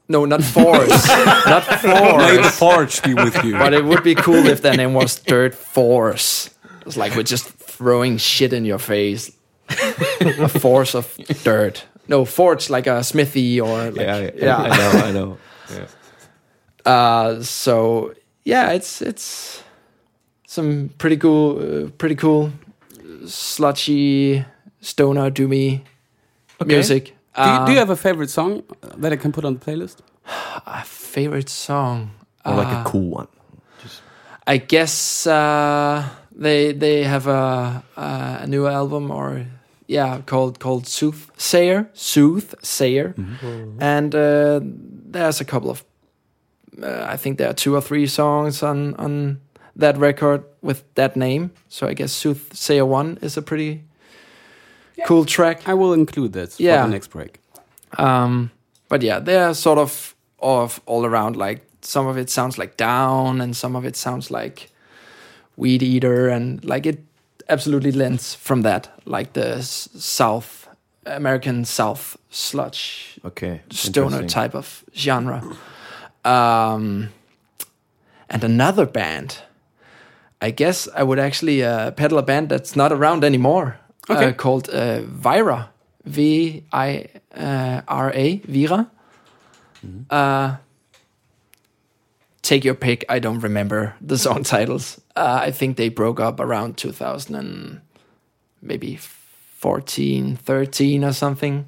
Speaker 8: no, not force, not
Speaker 3: [laughs] May the
Speaker 8: force.
Speaker 3: forge be with you.
Speaker 8: But it would be cool if their name was Dirt Force. It's like we're just throwing shit in your face. a force of dirt. No, forge like a smithy or like,
Speaker 5: Yeah,
Speaker 8: yeah.
Speaker 5: yeah, I know, I know.
Speaker 8: [laughs] Uh, so yeah, it's it's some pretty cool, uh, pretty cool, slutchy stoner doomy music. Uh,
Speaker 3: do, you, do you have a favorite song uh, that I can put on the playlist?
Speaker 8: A favorite song? Uh,
Speaker 5: Or
Speaker 8: Ah.
Speaker 5: like a cool one.
Speaker 8: I guess uh, they they have a a a new album or yeah called called Soothsayer Soothsayer, and uh, there's a couple of uh, I think there are two or three songs on on that record with that name. So I guess Soothsayer One is a pretty cool track.
Speaker 3: I will include that
Speaker 8: yeah.
Speaker 3: for the next break.
Speaker 8: Um, but yeah, they're sort of of all around. Like some of it sounds like Down, and some of it sounds like Weed Eater, and like it absolutely lends from that, like the s- South American South sludge
Speaker 5: Okay.
Speaker 8: stoner
Speaker 5: interesting.
Speaker 8: type of genre. Um, and another band, I guess I would actually uh, pedal a band that's not around anymore
Speaker 3: Okay.
Speaker 8: uh, called uh, Vira, V I uh, R A, Vira. Uh, take your pick. I don't remember the [laughs] song titles. Uh, I think they broke up around 2000 and maybe 14, 13 or something.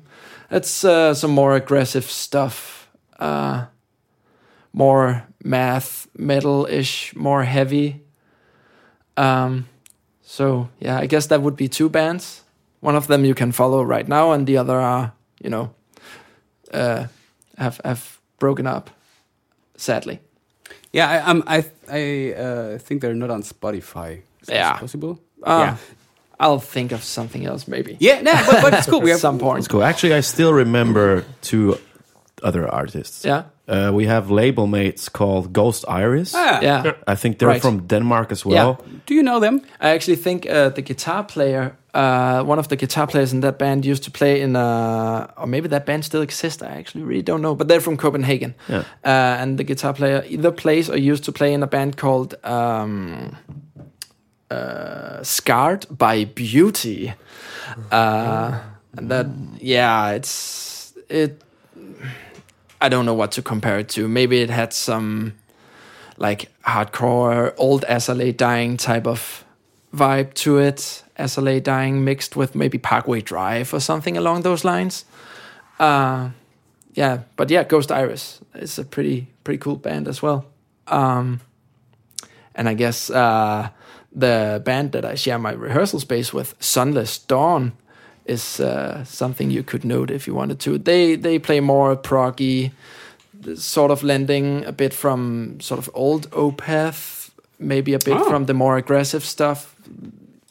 Speaker 8: It's uh, some more aggressive stuff, uh, more math metal ish, more heavy. Um, so yeah, I guess that would be two bands. One of them you can follow right now, and the other are you know uh, have have broken up, sadly.
Speaker 3: Yeah, I um, I I uh, think they're not on Spotify. Is
Speaker 8: Yeah.
Speaker 3: this possible? Ah,
Speaker 8: Uh, I'll think of something else maybe.
Speaker 3: yeah, yeah, no, but, but it's cool. We
Speaker 8: At
Speaker 3: have
Speaker 8: some point.
Speaker 5: It's cool. Actually, I still remember two other artists.
Speaker 8: Yeah.
Speaker 5: Uh, we have label mates called Ghost Iris.
Speaker 3: Ah,
Speaker 8: Yeah.
Speaker 5: I think they're
Speaker 8: Right.
Speaker 5: from Denmark as well.
Speaker 3: Do you know them?
Speaker 8: I actually think uh, the guitar player, uh, one of the guitar players in that band, used to play in, uh, or maybe that band still exists. I actually really don't know, but they're from Copenhagen.
Speaker 5: Yeah.
Speaker 8: Uh, and the guitar player either plays or used to play in a band called um, uh, "Scarred by Beauty." Uh, and that, yeah, it's it. I don't know what to compare it to. Maybe it had some like hardcore old SLA dying type of vibe to it. SLA dying mixed with maybe Parkway Drive or something along those lines. Uh, yeah, but yeah, Ghost Iris is a pretty pretty cool band as well. Um, and I guess uh, the band that I share my rehearsal space with, Sunless Dawn, is uh, something you could note if you wanted to. They they play more proggy, sort of lending a bit from sort of old Opeth, maybe a bit
Speaker 3: Oh.
Speaker 8: from the more aggressive stuff.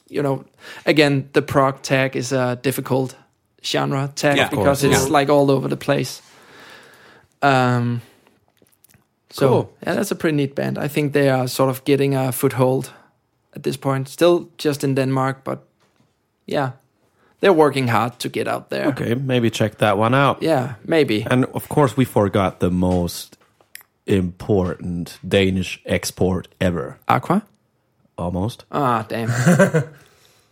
Speaker 8: You know, again, the prog tag is a difficult genre tag
Speaker 3: Yeah, of
Speaker 8: because
Speaker 3: course,
Speaker 8: it's
Speaker 3: yeah.
Speaker 8: like all over the place. Um, so
Speaker 3: Cool.
Speaker 8: yeah, that's a pretty neat band. I think they are sort of getting a foothold at this point. Still just in Denmark, but yeah, they're working hard to get out there.
Speaker 5: Okay, maybe check that one out.
Speaker 8: Yeah, maybe.
Speaker 5: And of course, we forgot the most important Danish export ever.
Speaker 8: Aqua?
Speaker 5: Almost.
Speaker 8: Ah, damn.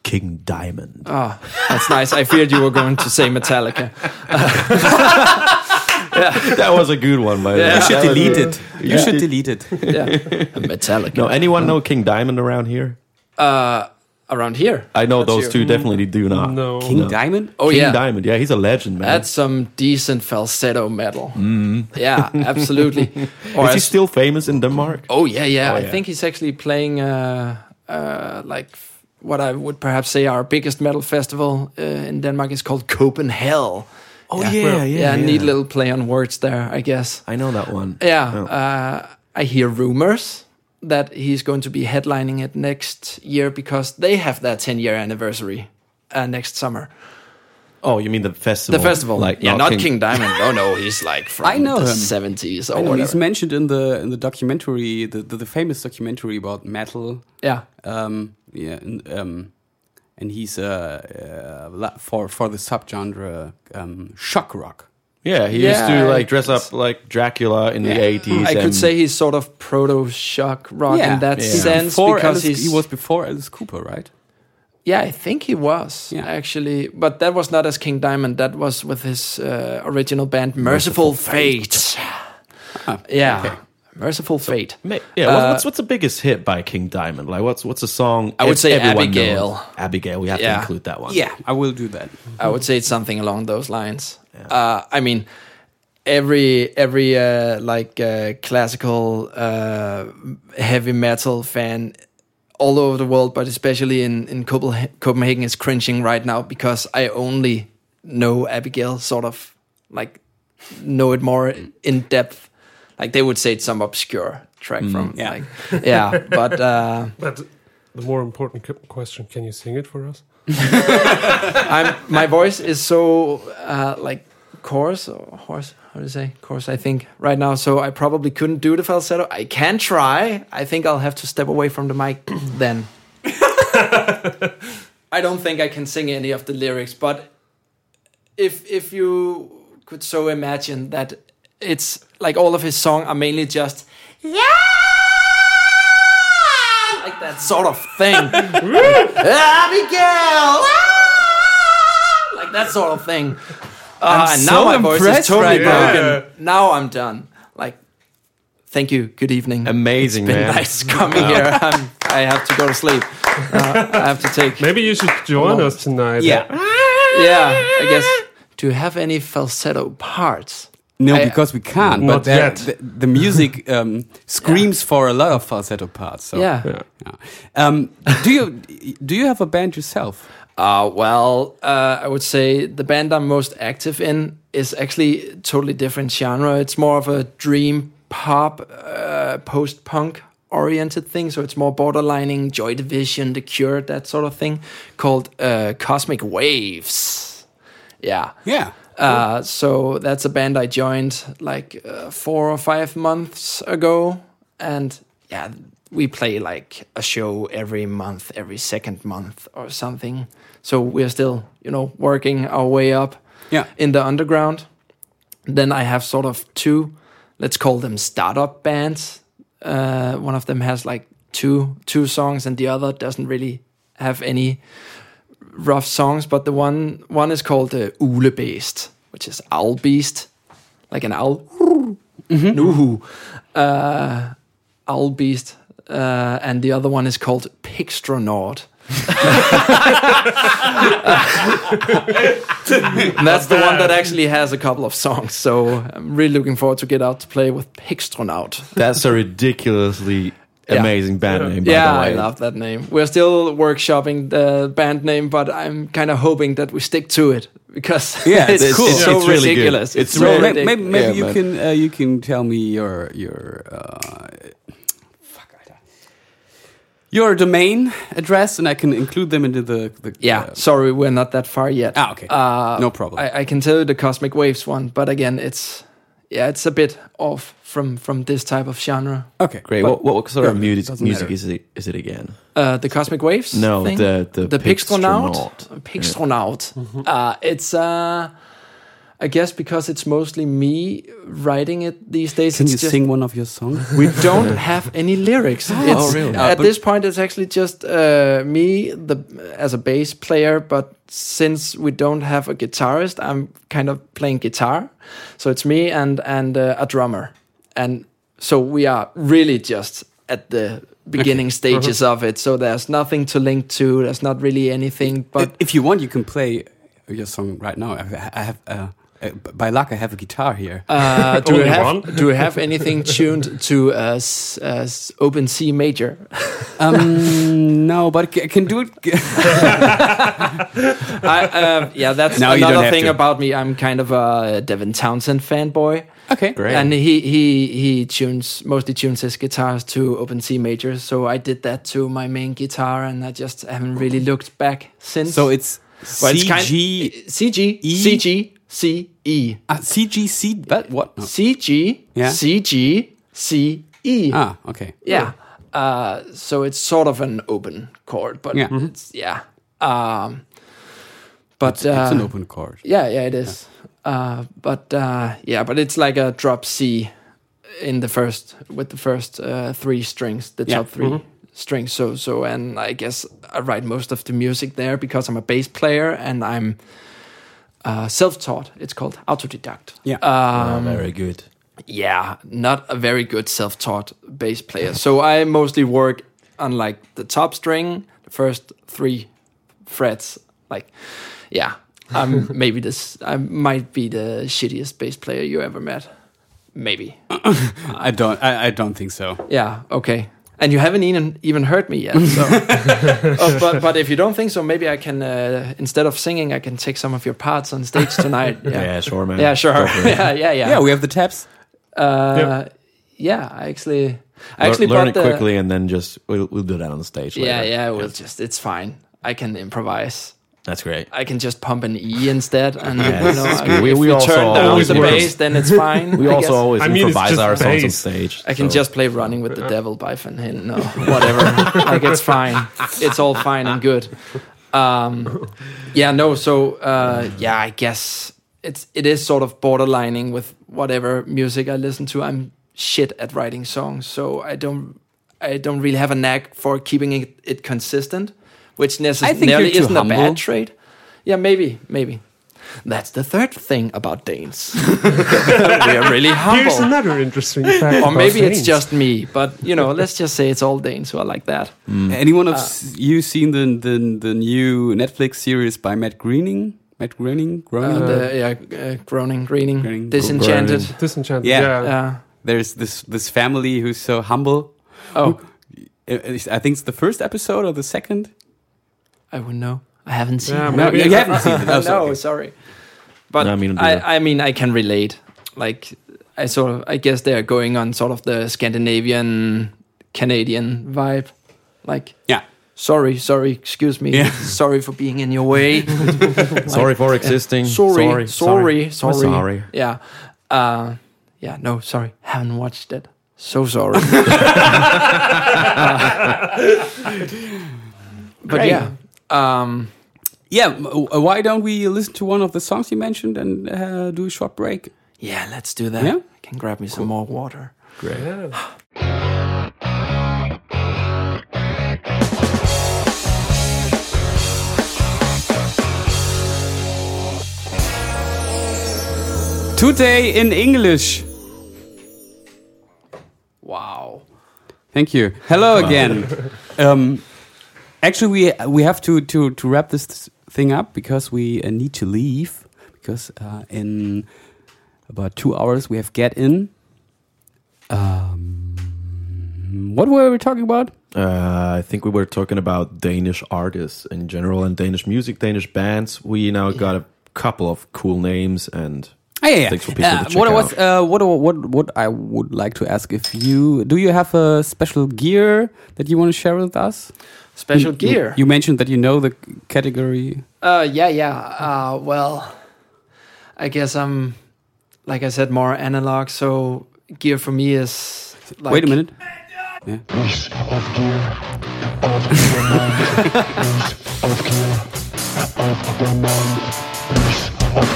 Speaker 5: King Diamond.
Speaker 8: Ah, that's nice. I feared you were going to say Metallica.
Speaker 5: [laughs] that was a good one, by the way.
Speaker 3: You should
Speaker 5: That was-
Speaker 3: delete it. You
Speaker 5: Yeah.
Speaker 3: should delete it.
Speaker 8: Yeah, Metallica.
Speaker 5: No, anyone know King Diamond around here?
Speaker 8: Uh, around here.
Speaker 5: I know
Speaker 8: That's
Speaker 5: those
Speaker 8: you.
Speaker 5: two definitely do not.
Speaker 4: No.
Speaker 3: King Diamond.
Speaker 8: Oh
Speaker 5: King
Speaker 8: yeah,
Speaker 5: Diamond. Yeah, he's a legend, man.
Speaker 8: that's some decent falsetto metal. Yeah, absolutely.
Speaker 5: [laughs] Mm-hmm.
Speaker 8: Or
Speaker 5: Is he
Speaker 8: as-
Speaker 5: still famous in Denmark?
Speaker 8: Oh yeah, yeah. I
Speaker 5: yeah.
Speaker 8: think he's actually playing uh, uh, like f- what I would perhaps say our biggest metal festival uh, in Denmark is called Copenhagen.
Speaker 5: Oh, yeah, yeah,
Speaker 8: Neat
Speaker 5: yeah.
Speaker 8: little play on words there, I guess.
Speaker 5: I know that one.
Speaker 8: Yeah.
Speaker 5: Oh.
Speaker 8: Uh, I hear rumors that he's going to be headlining it next year because they have their 10 year anniversary uh, next summer.
Speaker 5: Oh, you mean the festival?
Speaker 8: The festival.
Speaker 5: Like,
Speaker 8: yeah, not King, Diamond. No, no, he's like from
Speaker 3: I know
Speaker 8: the
Speaker 3: him.
Speaker 8: 70s or
Speaker 3: I know
Speaker 8: Oh, whatever.
Speaker 3: he's mentioned in the in the documentary, the the, the famous documentary about metal.
Speaker 8: yeah.
Speaker 3: Um, yeah, and, um, and he's uh, uh la- for for the subgenre um, shock rock.
Speaker 5: Yeah, he used
Speaker 8: Yeah,
Speaker 5: to like
Speaker 8: I-
Speaker 5: dress up like Dracula in the eighties.
Speaker 8: I could say he's sort of proto shock rock in that
Speaker 5: Yeah.
Speaker 8: sense
Speaker 3: before
Speaker 8: because
Speaker 3: Alice,
Speaker 8: he's,
Speaker 3: he was before Alice Cooper, right?
Speaker 8: yeah I think he was
Speaker 3: Yeah.
Speaker 8: actually but that was not as King Diamond that was with his uh, original band Merciful, Fate, yeah Merciful Fate
Speaker 5: Ma- Yeah, what-
Speaker 8: Uh,
Speaker 5: what's what's the biggest hit by King Diamond? Like, what's what's a song?
Speaker 8: I would
Speaker 5: ev-
Speaker 8: say
Speaker 5: everyone
Speaker 8: Abigail.
Speaker 5: knows? Abigail, we have
Speaker 8: Yeah.
Speaker 5: to include that one.
Speaker 3: Yeah, I will do that.
Speaker 8: I would say it's something along those lines uh, I mean every every uh, like uh, classical uh, heavy metal fan all over the world, but especially in in Copenha- Copenhagen, is cringing right now because I only know Abigail, sort of like know it more in depth like they would say it's some obscure track
Speaker 4: Mm.
Speaker 8: from
Speaker 4: Yeah.
Speaker 8: like yeah but uh
Speaker 4: But the more important c- question: Can you sing it for us?
Speaker 8: I'm my voice is so uh, like coarse or hoarse. How do you say coarse? I think right now, so I probably couldn't do the falsetto. I can try. I think I'll have to step away from the mic then. I don't think I can sing any of the lyrics, but if if you could so imagine that it's like all of his song are mainly just like that sort of thing. [laughs] Abigail! like that sort of thing. Uh,
Speaker 12: [laughs] I'm
Speaker 8: and
Speaker 12: so
Speaker 8: now my voice is
Speaker 12: impressed
Speaker 8: totally
Speaker 12: right now.
Speaker 8: broken. Now I'm done. Like, thank you. Good evening. Amazing, it's been
Speaker 5: man.
Speaker 8: nice
Speaker 12: [laughs]
Speaker 8: coming
Speaker 5: Wow.
Speaker 8: here. I'm, I have to go to sleep. Uh, I have to take.
Speaker 4: Maybe you should join us tonight.
Speaker 8: Yeah. Yeah. I guess. Do you have any falsetto parts?
Speaker 3: No,
Speaker 8: I-
Speaker 3: because we can't.
Speaker 8: Not
Speaker 3: but there-
Speaker 8: yet.
Speaker 3: The, the music
Speaker 8: [laughs]
Speaker 3: um, screams for a lot of falsetto parts. So.
Speaker 8: Yeah.
Speaker 3: Um, do you do you have a band yourself?
Speaker 8: Uh, well, uh, I would say the band I'm most active in is actually a totally different genre. It's more of a dream pop, uh, post punk oriented thing. So it's more borderlining Joy Division, The Cure, that sort of thing, called uh, Cosmic Waves. Yeah.
Speaker 3: Yeah.
Speaker 8: Uh, so that's a band I joined like uh, four or five months ago, and yeah, we play like a show every month, every second month or something. So we're still, you know, working our way up
Speaker 3: yeah.
Speaker 8: in the underground. Then I have sort of two, let's call them startup bands. Uh, one of them has like two two songs, and the other doesn't really have any rough songs. But the one one is called uh, Ule Beast, which is owl beast, like an owl. Nuhu. Uh, owl beast, uh, and the other one is called [laughs] Pixtronaut. And that's the one that actually has a couple of songs. So I'm really looking forward to get out to play with Pixtronaut.
Speaker 5: That's a ridiculously
Speaker 8: Yeah.
Speaker 5: amazing band name. By
Speaker 8: yeah,
Speaker 5: the
Speaker 8: I
Speaker 5: way.
Speaker 8: love that name. We're still workshopping the band name, but I'm kind of hoping that we stick to it because [laughs] it's, it's so ridiculous.
Speaker 3: It's
Speaker 8: so
Speaker 3: really maybe,
Speaker 8: ridiculous.
Speaker 3: maybe, maybe you can uh, you can tell me your your uh, fuck Alter. your domain address, and I can include them into the, the uh,
Speaker 8: Yeah, sorry, we're not that far yet. Ah, okay,
Speaker 3: No problem.
Speaker 8: I, I can tell you the Cosmic Waves one, but again, it's yeah, it's a bit off from from this type of genre.
Speaker 3: Okay,
Speaker 5: Great.
Speaker 8: But-
Speaker 5: what, what sort of
Speaker 8: Yeah,
Speaker 5: music,
Speaker 8: doesn't
Speaker 5: music
Speaker 8: matter.
Speaker 5: is it? Is it again?
Speaker 8: Uh, the Cosmic Waves?
Speaker 5: No,
Speaker 8: thing?
Speaker 5: the- the
Speaker 8: Pixtronaut.
Speaker 5: Pixtronaut.
Speaker 8: Pixtronaut. Uh, it's, uh, I guess, because it's mostly me writing it these days.
Speaker 3: Can
Speaker 8: it's
Speaker 3: you
Speaker 8: just-
Speaker 3: sing one of your songs?
Speaker 8: We don't have any lyrics.
Speaker 3: Oh,
Speaker 8: It's-
Speaker 3: really?
Speaker 8: At
Speaker 3: Uh,
Speaker 8: this point, it's actually just uh, me, the as a bass player. But since we don't have a guitarist, I'm kind of playing guitar, so it's me and and uh, a drummer, and so we are really just at the beginning
Speaker 3: Okay.
Speaker 8: stages of it. So there's nothing to link to. There's not really anything. But
Speaker 3: if you want, you can play your song right now. I, I have uh, uh, by luck, I have a guitar here. [laughs]
Speaker 8: Uh, do, you have, do you have anything tuned to uh, s- uh, s- open C major?
Speaker 3: um, no, but I can do it.
Speaker 8: I, uh, yeah, that's
Speaker 3: No, you don't
Speaker 8: another
Speaker 3: have
Speaker 8: thing
Speaker 3: to.
Speaker 8: about me. I'm kind of a Devin Townsend fanboy.
Speaker 3: Okay, great.
Speaker 8: And he he he tunes mostly tunes his guitars to open C major. So I did that to my main guitar, and I just haven't really looked back since.
Speaker 3: So it's E?
Speaker 8: Well, it's kind-
Speaker 3: CG
Speaker 8: CG CG C E
Speaker 3: uh, CG C but what
Speaker 8: CG
Speaker 3: Yeah.
Speaker 8: CG C E.
Speaker 3: Ah, okay.
Speaker 8: Yeah. Uh, so it's sort of an open chord, but
Speaker 3: Yeah.
Speaker 8: yeah,
Speaker 3: Mhm.
Speaker 8: it's, yeah. Um, but
Speaker 3: It's- it's an
Speaker 8: uh,
Speaker 3: open chord.
Speaker 8: Yeah, yeah, it is. Uh, but uh, yeah, but it's like a drop C in the first with the first uh, three strings, the
Speaker 3: Yeah.
Speaker 8: top 3
Speaker 3: Mhm.
Speaker 8: strings. So so, and I guess I write most of the music there because I'm a bass player and I'm uh, self-taught. It's called autodidact.
Speaker 3: Yeah.
Speaker 8: Um,
Speaker 5: Oh, very good.
Speaker 8: yeah, not a very good self-taught bass player. So I mostly work on like the top string, the first three frets. Like, yeah, I'm maybe this. I might be the shittiest bass player you ever met. Maybe.
Speaker 3: I don't. I, I don't think so.
Speaker 8: Yeah. Okay. And you haven't even even heard me yet. So. Oh, but but if you don't think so, maybe I can uh, instead of singing, I can take some of your parts on stage tonight.
Speaker 5: Yeah, sure, man.
Speaker 8: [laughs] Yeah, sure.
Speaker 5: Go for it.
Speaker 8: yeah, yeah, yeah.
Speaker 3: Yeah, we have the tabs.
Speaker 8: Uh, yeah, I actually, I actually
Speaker 5: learn, learn
Speaker 8: bought
Speaker 5: it
Speaker 8: the.
Speaker 5: quickly and then just we'll, we'll do that on stage.
Speaker 8: Yeah,
Speaker 5: later.
Speaker 8: yeah, we'll just. It's fine. I can improvise.
Speaker 5: That's great.
Speaker 8: I can just pump an E instead, and you
Speaker 5: [laughs] Yes.
Speaker 8: know,
Speaker 5: It's
Speaker 8: I-
Speaker 5: good. We-
Speaker 8: if
Speaker 5: we
Speaker 8: we
Speaker 5: also
Speaker 8: turn down
Speaker 5: always
Speaker 8: the
Speaker 5: work.
Speaker 8: bass, then it's fine.
Speaker 5: [laughs] We
Speaker 8: I
Speaker 5: also
Speaker 8: guess.
Speaker 5: always I mean, it's improvise just our songs on bass. stage,
Speaker 8: I can
Speaker 5: so-
Speaker 8: just play "Running with the Devil" by Van Halen or whatever. [laughs] like it's fine. It's all fine and good. Um, yeah, no. So uh, yeah, I guess it's it is sort of borderlining with whatever music I listen to. I'm shit at writing songs, so I don't I don't really have a knack for keeping it, it consistent, which
Speaker 3: you're
Speaker 8: necessarily
Speaker 3: too
Speaker 8: isn't a
Speaker 3: humble.
Speaker 8: bad trait. Yeah, maybe, maybe. That's the third thing about Danes. [laughs] we are really humble.
Speaker 4: Here's another interesting fact.
Speaker 8: or
Speaker 4: about
Speaker 8: maybe it's
Speaker 4: Danes.
Speaker 8: just me, but you know, let's just say it's all Danes who are
Speaker 5: [laughs]
Speaker 8: like that.
Speaker 3: Mm. Anyone of
Speaker 8: Uh,
Speaker 3: s- you seen the, the the new Netflix series by Matt Groening? Matt Groening, Groening,
Speaker 8: Uh, the- yeah, uh, groaning, greening, disenchanted. Uh,
Speaker 3: Groening.
Speaker 4: Disenchanted.
Speaker 3: Yeah.
Speaker 4: Yeah.
Speaker 3: There's this this family who's so humble.
Speaker 8: Oh.
Speaker 3: I I think it's the first episode or the second.
Speaker 8: I wouldn't know. I haven't seen.
Speaker 3: Yeah,
Speaker 8: it.
Speaker 3: maybe- No, you haven't seen it.
Speaker 8: no,
Speaker 3: Oh, sorry.
Speaker 8: sorry. But
Speaker 5: No,
Speaker 8: I
Speaker 5: I mean,
Speaker 8: mean,
Speaker 5: neither.
Speaker 8: I, mean, I can relate. Like, I sort of, I guess they're going on sort of the Scandinavian, Canadian vibe. Like,
Speaker 3: yeah.
Speaker 8: Sorry, sorry, excuse me.
Speaker 5: Yeah.
Speaker 8: Sorry for being in your
Speaker 3: [laughs]
Speaker 8: way. Like,
Speaker 5: Sorry for
Speaker 8: yeah,
Speaker 5: existing.
Speaker 8: Sorry,
Speaker 5: Sorry, sorry.
Speaker 8: sorry, sorry.
Speaker 5: We're sorry.
Speaker 8: Yeah. Uh, yeah, no, sorry. Haven't watched it.
Speaker 3: [laughs]
Speaker 8: So sorry. but
Speaker 3: Great.
Speaker 8: yeah. Um,
Speaker 3: yeah, m- uh, why don't we listen to one of the songs you mentioned and uh, do a short break?
Speaker 8: Yeah, let's do that.
Speaker 3: Yeah?
Speaker 8: I can grab me some more water.
Speaker 5: Great.
Speaker 3: Today in English.
Speaker 8: Wow.
Speaker 3: Thank you. Hello
Speaker 5: [laughs]
Speaker 8: Wow.
Speaker 3: again. um, actually, we we have to to to wrap this thing up because we uh, need to leave because uh, in about two hours we have get in. Um, what were we talking about?
Speaker 5: Uh, I think we were talking about Danish artists in general and Danish music, Danish bands. We now got a couple of cool names and
Speaker 3: Ah, yeah, yeah.
Speaker 5: things for people
Speaker 3: Uh,
Speaker 5: to check
Speaker 3: what I
Speaker 5: out.
Speaker 3: was, uh, what what what I would like to ask if you do you have a special gear that you want to share with us?
Speaker 8: Special
Speaker 3: You-
Speaker 8: gear?
Speaker 3: You, you mentioned that you know the c- category.
Speaker 8: Uh, yeah, yeah. Uh, well, I guess I'm, like I said, more analog. So gear for me is. Like,
Speaker 3: Wait a minute.
Speaker 12: Piece of gear of the mind. Piece of gear of the mind. Piece of gear of the mind. Piece of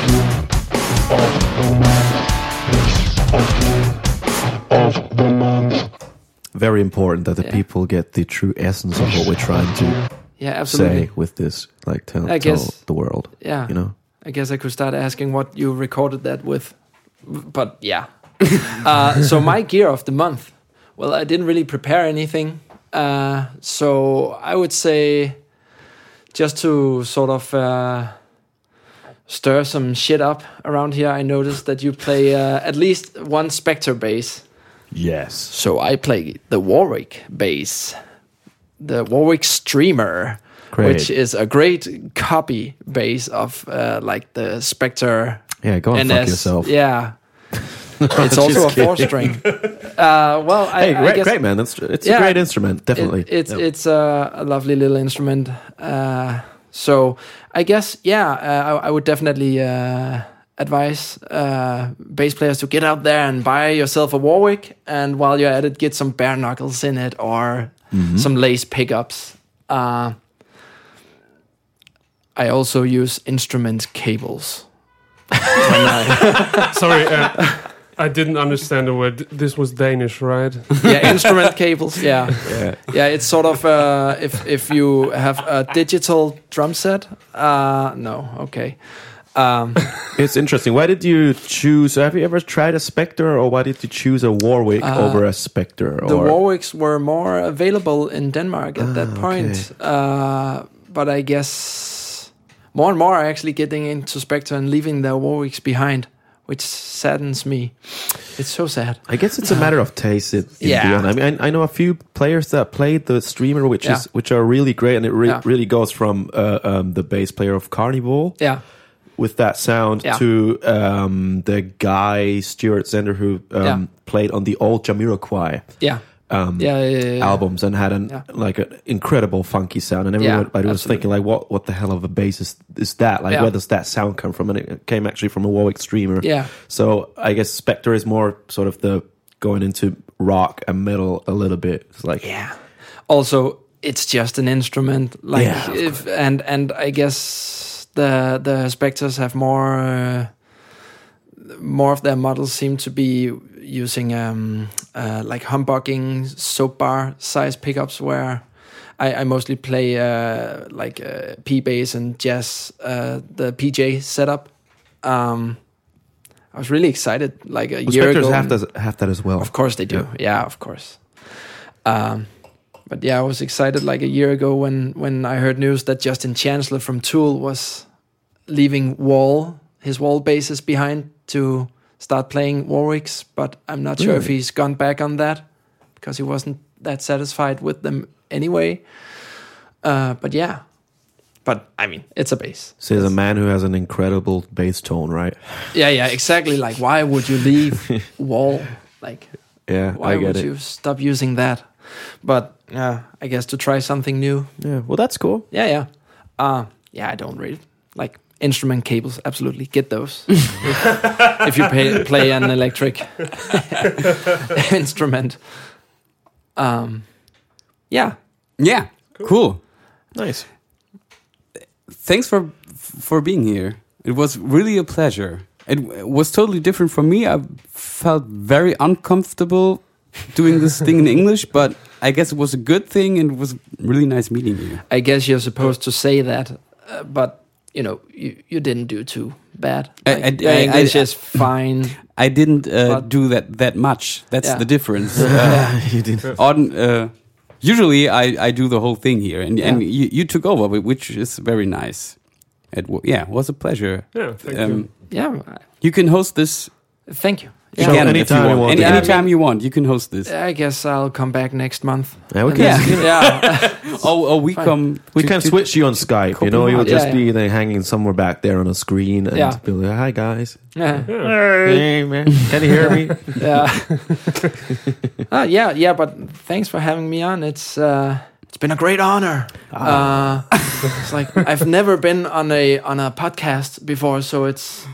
Speaker 12: gear of the mind.
Speaker 5: Very important that the people get the true essence of what we're trying to
Speaker 8: Yeah, absolutely.
Speaker 5: say with this, like tell,
Speaker 8: I
Speaker 5: tell
Speaker 8: guess- Ah.
Speaker 5: the world.
Speaker 8: Yeah.
Speaker 5: you know.
Speaker 8: I guess I could start asking what you recorded that with. But yeah. uh, so my gear of the month. Well, I didn't really prepare anything. Uh, so I would say just to sort of uh, stir some shit up around here, I noticed that you play uh, at least one Spectre bass.
Speaker 5: Yes.
Speaker 8: So I play the Warwick bass, the Warwick Streamer,
Speaker 5: Great.
Speaker 8: which is a great copy bass of uh, like the Spectre.
Speaker 5: Yeah, go and Oh, fuck yourself. [laughs]
Speaker 8: Yeah. it's
Speaker 5: Just
Speaker 8: also a four
Speaker 5: kidding.
Speaker 8: string. Uh, well, I,
Speaker 5: hey,
Speaker 8: I
Speaker 5: great,
Speaker 8: guess-
Speaker 5: great man. That's it's
Speaker 8: Yeah,
Speaker 5: a great instrument, definitely.
Speaker 8: it- it's
Speaker 5: Yeah.
Speaker 8: it's a, a lovely little instrument. Uh, so I guess yeah, uh, I, I would definitely uh, advise uh, bass players to get out there and buy yourself a Warwick, and while you're at it, get some bare knuckles in it or
Speaker 13: Mhm.
Speaker 8: some lace pickups. Uh, I also use instrument cables.
Speaker 4: [laughs]
Speaker 8: [laughs]
Speaker 4: Sorry, uh,
Speaker 8: [laughs]
Speaker 4: I didn't understand the word. This was Danish, right?
Speaker 8: yeah, instrument
Speaker 5: [laughs]
Speaker 8: cables. Yeah.
Speaker 4: Yeah.
Speaker 8: yeah, It's sort of uh, if if you have a digital drum set. Uh, no, okay. Um,
Speaker 5: It's interesting. Why did you choose? Have you ever tried a Spectre, or why did you choose a Warwick
Speaker 8: Uh,
Speaker 5: over a Spectre?
Speaker 8: the
Speaker 5: or
Speaker 8: Warwicks were more available in Denmark at
Speaker 5: Ah,
Speaker 8: that point, uh, but I guess more and more are actually getting into Spectre and leaving their Warwicks behind, which saddens me. It's so sad.
Speaker 5: I guess it's a matter of taste. It, in
Speaker 8: Yeah.
Speaker 5: the end. I mean, I, I know a few players that played the streamer, which
Speaker 8: Yeah.
Speaker 5: is which are really great, and it re-
Speaker 8: Yeah.
Speaker 5: really goes from uh, um, the bass player of Carnival,
Speaker 8: Yeah.
Speaker 5: with that sound
Speaker 8: Yeah.
Speaker 5: to um, the guy Stuart Zender who um,
Speaker 8: Yeah.
Speaker 5: played on the old Jamiroquai
Speaker 8: Yeah.
Speaker 5: um,
Speaker 8: Yeah, yeah, yeah, yeah.
Speaker 5: albums and had an
Speaker 8: Yeah.
Speaker 5: like an incredible funky sound. And
Speaker 8: Yeah,
Speaker 5: everyone, I was
Speaker 8: absolutely.
Speaker 5: thinking like, what what the hell of a bass is, is that? Like,
Speaker 8: Yeah.
Speaker 5: where does that sound come from? And it came actually from a Warwick streamer.
Speaker 8: Yeah.
Speaker 5: So I guess Spectre is more sort of the going into rock and metal a little bit. It's like
Speaker 8: yeah. also it's just an instrument like
Speaker 5: Yeah, of
Speaker 8: if, and and i guess the the spectres have more uh, more of their models seem to be using um uh, like humbucking soap bar size pickups where I, I mostly play uh, like uh, P bass and jazz, uh, the PJ setup. Um, I was really excited like a
Speaker 5: Well,
Speaker 8: year
Speaker 5: Spectres
Speaker 8: ago.
Speaker 5: have that, have that as well.
Speaker 8: Of course they do. Yeah, of course. Um, but yeah, I was excited like a year ago when when I heard news that Justin Chancellor from Tool was leaving Wall his Wall bases behind to start playing Warwick's. But I'm not sure if
Speaker 13: Really?
Speaker 8: he's gone back on that because he wasn't that satisfied with them anyway. Uh, but yeah, but I mean, it's a bass.
Speaker 5: So there's a man who has an incredible bass tone, right?
Speaker 8: Yeah, yeah, exactly. Like, why would you [laughs] leave Wall? Like,
Speaker 5: Yeah,
Speaker 8: why
Speaker 5: I get
Speaker 8: would
Speaker 5: it.
Speaker 8: you stop using that? But yeah, I guess to try something new.
Speaker 5: Yeah, well, that's cool.
Speaker 8: Yeah, yeah. Uh, yeah, I don't read like instrument cables. Absolutely, get those if, if you pay, play an electric [laughs] instrument. Um, yeah,
Speaker 3: yeah, cool.
Speaker 5: Nice.
Speaker 3: Thanks for for being here. It was really a pleasure. It was totally different for me. I felt very uncomfortable doing this thing in English, but I guess it was a good thing and it was really nice meeting you.
Speaker 8: I guess you're supposed to say that, uh, but you know, you, you didn't do too bad.
Speaker 3: I-
Speaker 8: Like,
Speaker 3: I-
Speaker 8: your
Speaker 3: I- I-
Speaker 8: English is fine.
Speaker 3: I didn't uh,
Speaker 8: But-
Speaker 3: do that that much. That's
Speaker 8: Yeah.
Speaker 3: the
Speaker 8: [laughs]
Speaker 3: difference.
Speaker 8: Yeah.
Speaker 3: Uh, on, uh, usually, I, I do the whole thing here, and, and
Speaker 8: Yeah.
Speaker 3: you, you took over, whi- which is very nice. It w- yeah, it was a pleasure. Um,
Speaker 8: Yeah, thank you. Yeah.
Speaker 3: You can host this.
Speaker 8: Thank you.
Speaker 5: Sure,
Speaker 3: Again, if
Speaker 5: anytime
Speaker 3: you
Speaker 5: you
Speaker 3: want.
Speaker 5: want.
Speaker 3: Any,
Speaker 5: Yeah, I
Speaker 3: anytime you want, you can host this.
Speaker 8: I guess I'll come back next month.
Speaker 5: Yeah, we
Speaker 8: And
Speaker 5: can-
Speaker 8: [laughs] then- yeah.
Speaker 3: oh, oh, we
Speaker 8: Fine.
Speaker 3: come.
Speaker 5: We
Speaker 3: to-
Speaker 5: can
Speaker 3: to-
Speaker 5: switch you on Skype. You know,
Speaker 3: Copenhagen.
Speaker 5: you'll just
Speaker 3: Yeah,
Speaker 5: be there hanging somewhere back there on a screen and
Speaker 8: Yeah.
Speaker 5: be like, "Hi guys,
Speaker 8: Yeah.
Speaker 5: hey man, can you [laughs] hear me?"
Speaker 8: [laughs] yeah. Ah, yeah, yeah, but thanks for having me on. It's uh, it's been a great honor. Uh, it's [laughs] like I've never been on a on a podcast before, so it's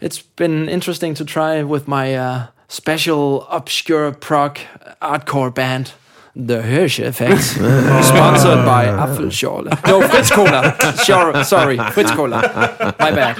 Speaker 8: it's been interesting to try with my uh, special obscure proc hardcore band. The Hirsch Effect,
Speaker 5: [laughs]
Speaker 8: sponsored by
Speaker 5: Oh.
Speaker 8: Apfelschorle. No, Fritz Cola. Sure, sorry, Fritz Cola. My bad.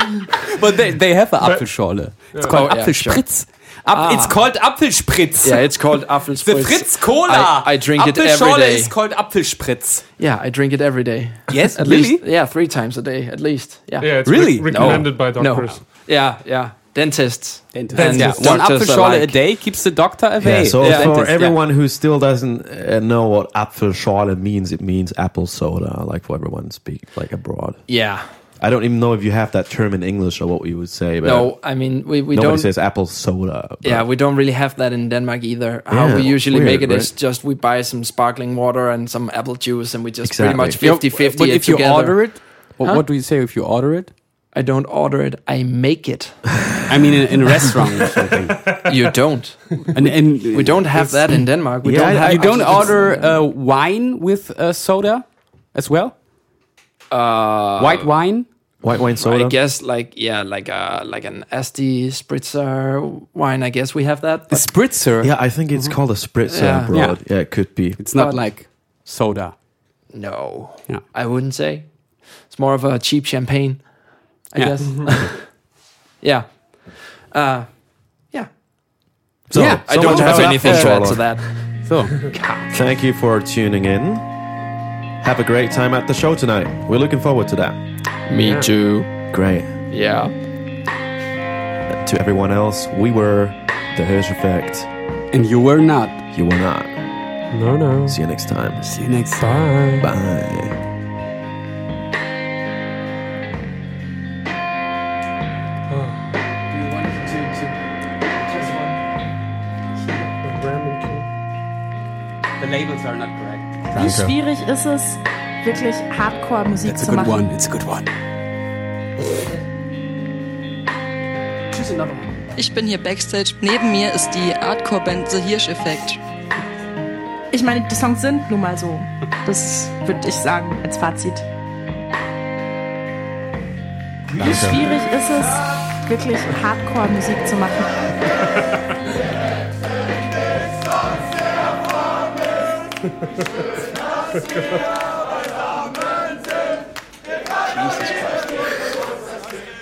Speaker 3: But they, they
Speaker 8: [laughs]
Speaker 3: have an Apfelschorle. It's called
Speaker 8: Oh, yeah, sure.
Speaker 3: Apfelspritz. Ap-
Speaker 8: Ah.
Speaker 3: It's called Apfelspritz.
Speaker 8: Yeah, it's called Apfelspritz.
Speaker 3: The Fritz Cola.
Speaker 8: I, I drink it every
Speaker 3: Apfelschorle
Speaker 8: day.
Speaker 3: is called Apfelspritz.
Speaker 8: Yeah, I drink it every day.
Speaker 3: Yes,
Speaker 8: at
Speaker 3: really?
Speaker 8: least. Yeah, three times a day at least. Yeah,
Speaker 4: Yeah, it's Really? re- recommended by doctors.
Speaker 8: No. Yeah, yeah, dentists.
Speaker 3: And yeah, one Apfelschorle a day keeps the doctor away.
Speaker 5: Yeah, so
Speaker 3: Yeah.
Speaker 5: for
Speaker 3: Dentist, yeah.
Speaker 5: everyone who still doesn't uh, know what Apfelschorle means, it means apple soda, like for everyone speak like abroad.
Speaker 8: Yeah.
Speaker 5: I don't even know if you have that term in English or what we would say. But
Speaker 8: No, I mean we, we
Speaker 5: nobody
Speaker 8: don't.
Speaker 5: says apple soda. but-
Speaker 8: yeah, we don't really have that in Denmark either. How
Speaker 5: Yeah,
Speaker 8: we usually
Speaker 5: weird,
Speaker 8: make it is
Speaker 5: right?
Speaker 8: just we buy some sparkling water and some apple juice, and we just pretty much
Speaker 3: Yeah,
Speaker 8: 50 50
Speaker 3: But if you order it, wha-
Speaker 8: Huh?
Speaker 3: what do you say if you order it?
Speaker 8: I don't order it. I make it.
Speaker 3: I mean, in, in a restaurant or
Speaker 8: [laughs]
Speaker 3: something.
Speaker 8: You don't.
Speaker 3: And, and
Speaker 8: We don't have that in Denmark. We don't have
Speaker 3: you don't
Speaker 8: Apfelspritz.
Speaker 3: order uh, wine with uh, soda as well.
Speaker 8: Uh,
Speaker 3: White wine.
Speaker 5: White wine
Speaker 8: I guess like yeah, like uh like an Asti spritzer wine. I guess we have that. but-
Speaker 3: spritzer.
Speaker 5: Yeah, I think it's called a spritzer
Speaker 8: Mm-hmm. Yeah.
Speaker 5: abroad. Yeah. it could be.
Speaker 3: It's not
Speaker 8: But-
Speaker 3: like soda.
Speaker 8: no,
Speaker 3: Yeah.
Speaker 8: I wouldn't say. It's more of a cheap champagne, I
Speaker 3: Yeah.
Speaker 8: guess. [laughs] yeah, uh, yeah.
Speaker 5: So,
Speaker 8: yeah, I don't
Speaker 5: someone
Speaker 8: have
Speaker 5: has
Speaker 8: anything to add
Speaker 5: Apfelschorle.
Speaker 8: to that.
Speaker 3: So,
Speaker 5: Thank you for tuning in. Have a great time at the show tonight. We're looking forward to that.
Speaker 8: Me Yeah.
Speaker 5: too. Great.
Speaker 8: Yeah.
Speaker 5: To everyone else, we were the Hirsch Effect.
Speaker 3: And you were not.
Speaker 5: You were not.
Speaker 4: No, no.
Speaker 5: See you next time.
Speaker 3: See you next
Speaker 4: time.
Speaker 5: Bye.
Speaker 3: The labels are not correct.
Speaker 9: Wie schwierig ist es, wirklich Hardcore-Musik
Speaker 3: It's a
Speaker 9: zu
Speaker 3: good
Speaker 9: machen?
Speaker 3: one. It's a good one.
Speaker 2: ist in Ordnung. Ich bin hier Backstage. Neben mir ist die Hardcore-Band The Hirsch Effect.
Speaker 14: Ich meine, die Songs sind nun mal so. Das würde ich sagen als Fazit. Wie schwierig ist es, wirklich Hardcore-Musik zu machen?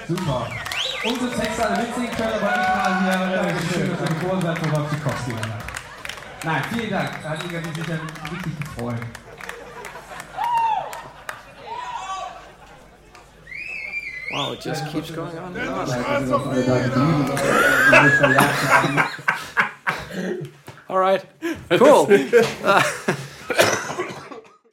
Speaker 1: Super. Unsere Texte alle mitsingen können, aber ich war hier Dankeschön für den Vorsatz von Babsikowski. Nein, vielen Dank. Da hat Inga sich sicher wirklich gefreut.
Speaker 8: Wow, it just keeps going on. All right. Cool.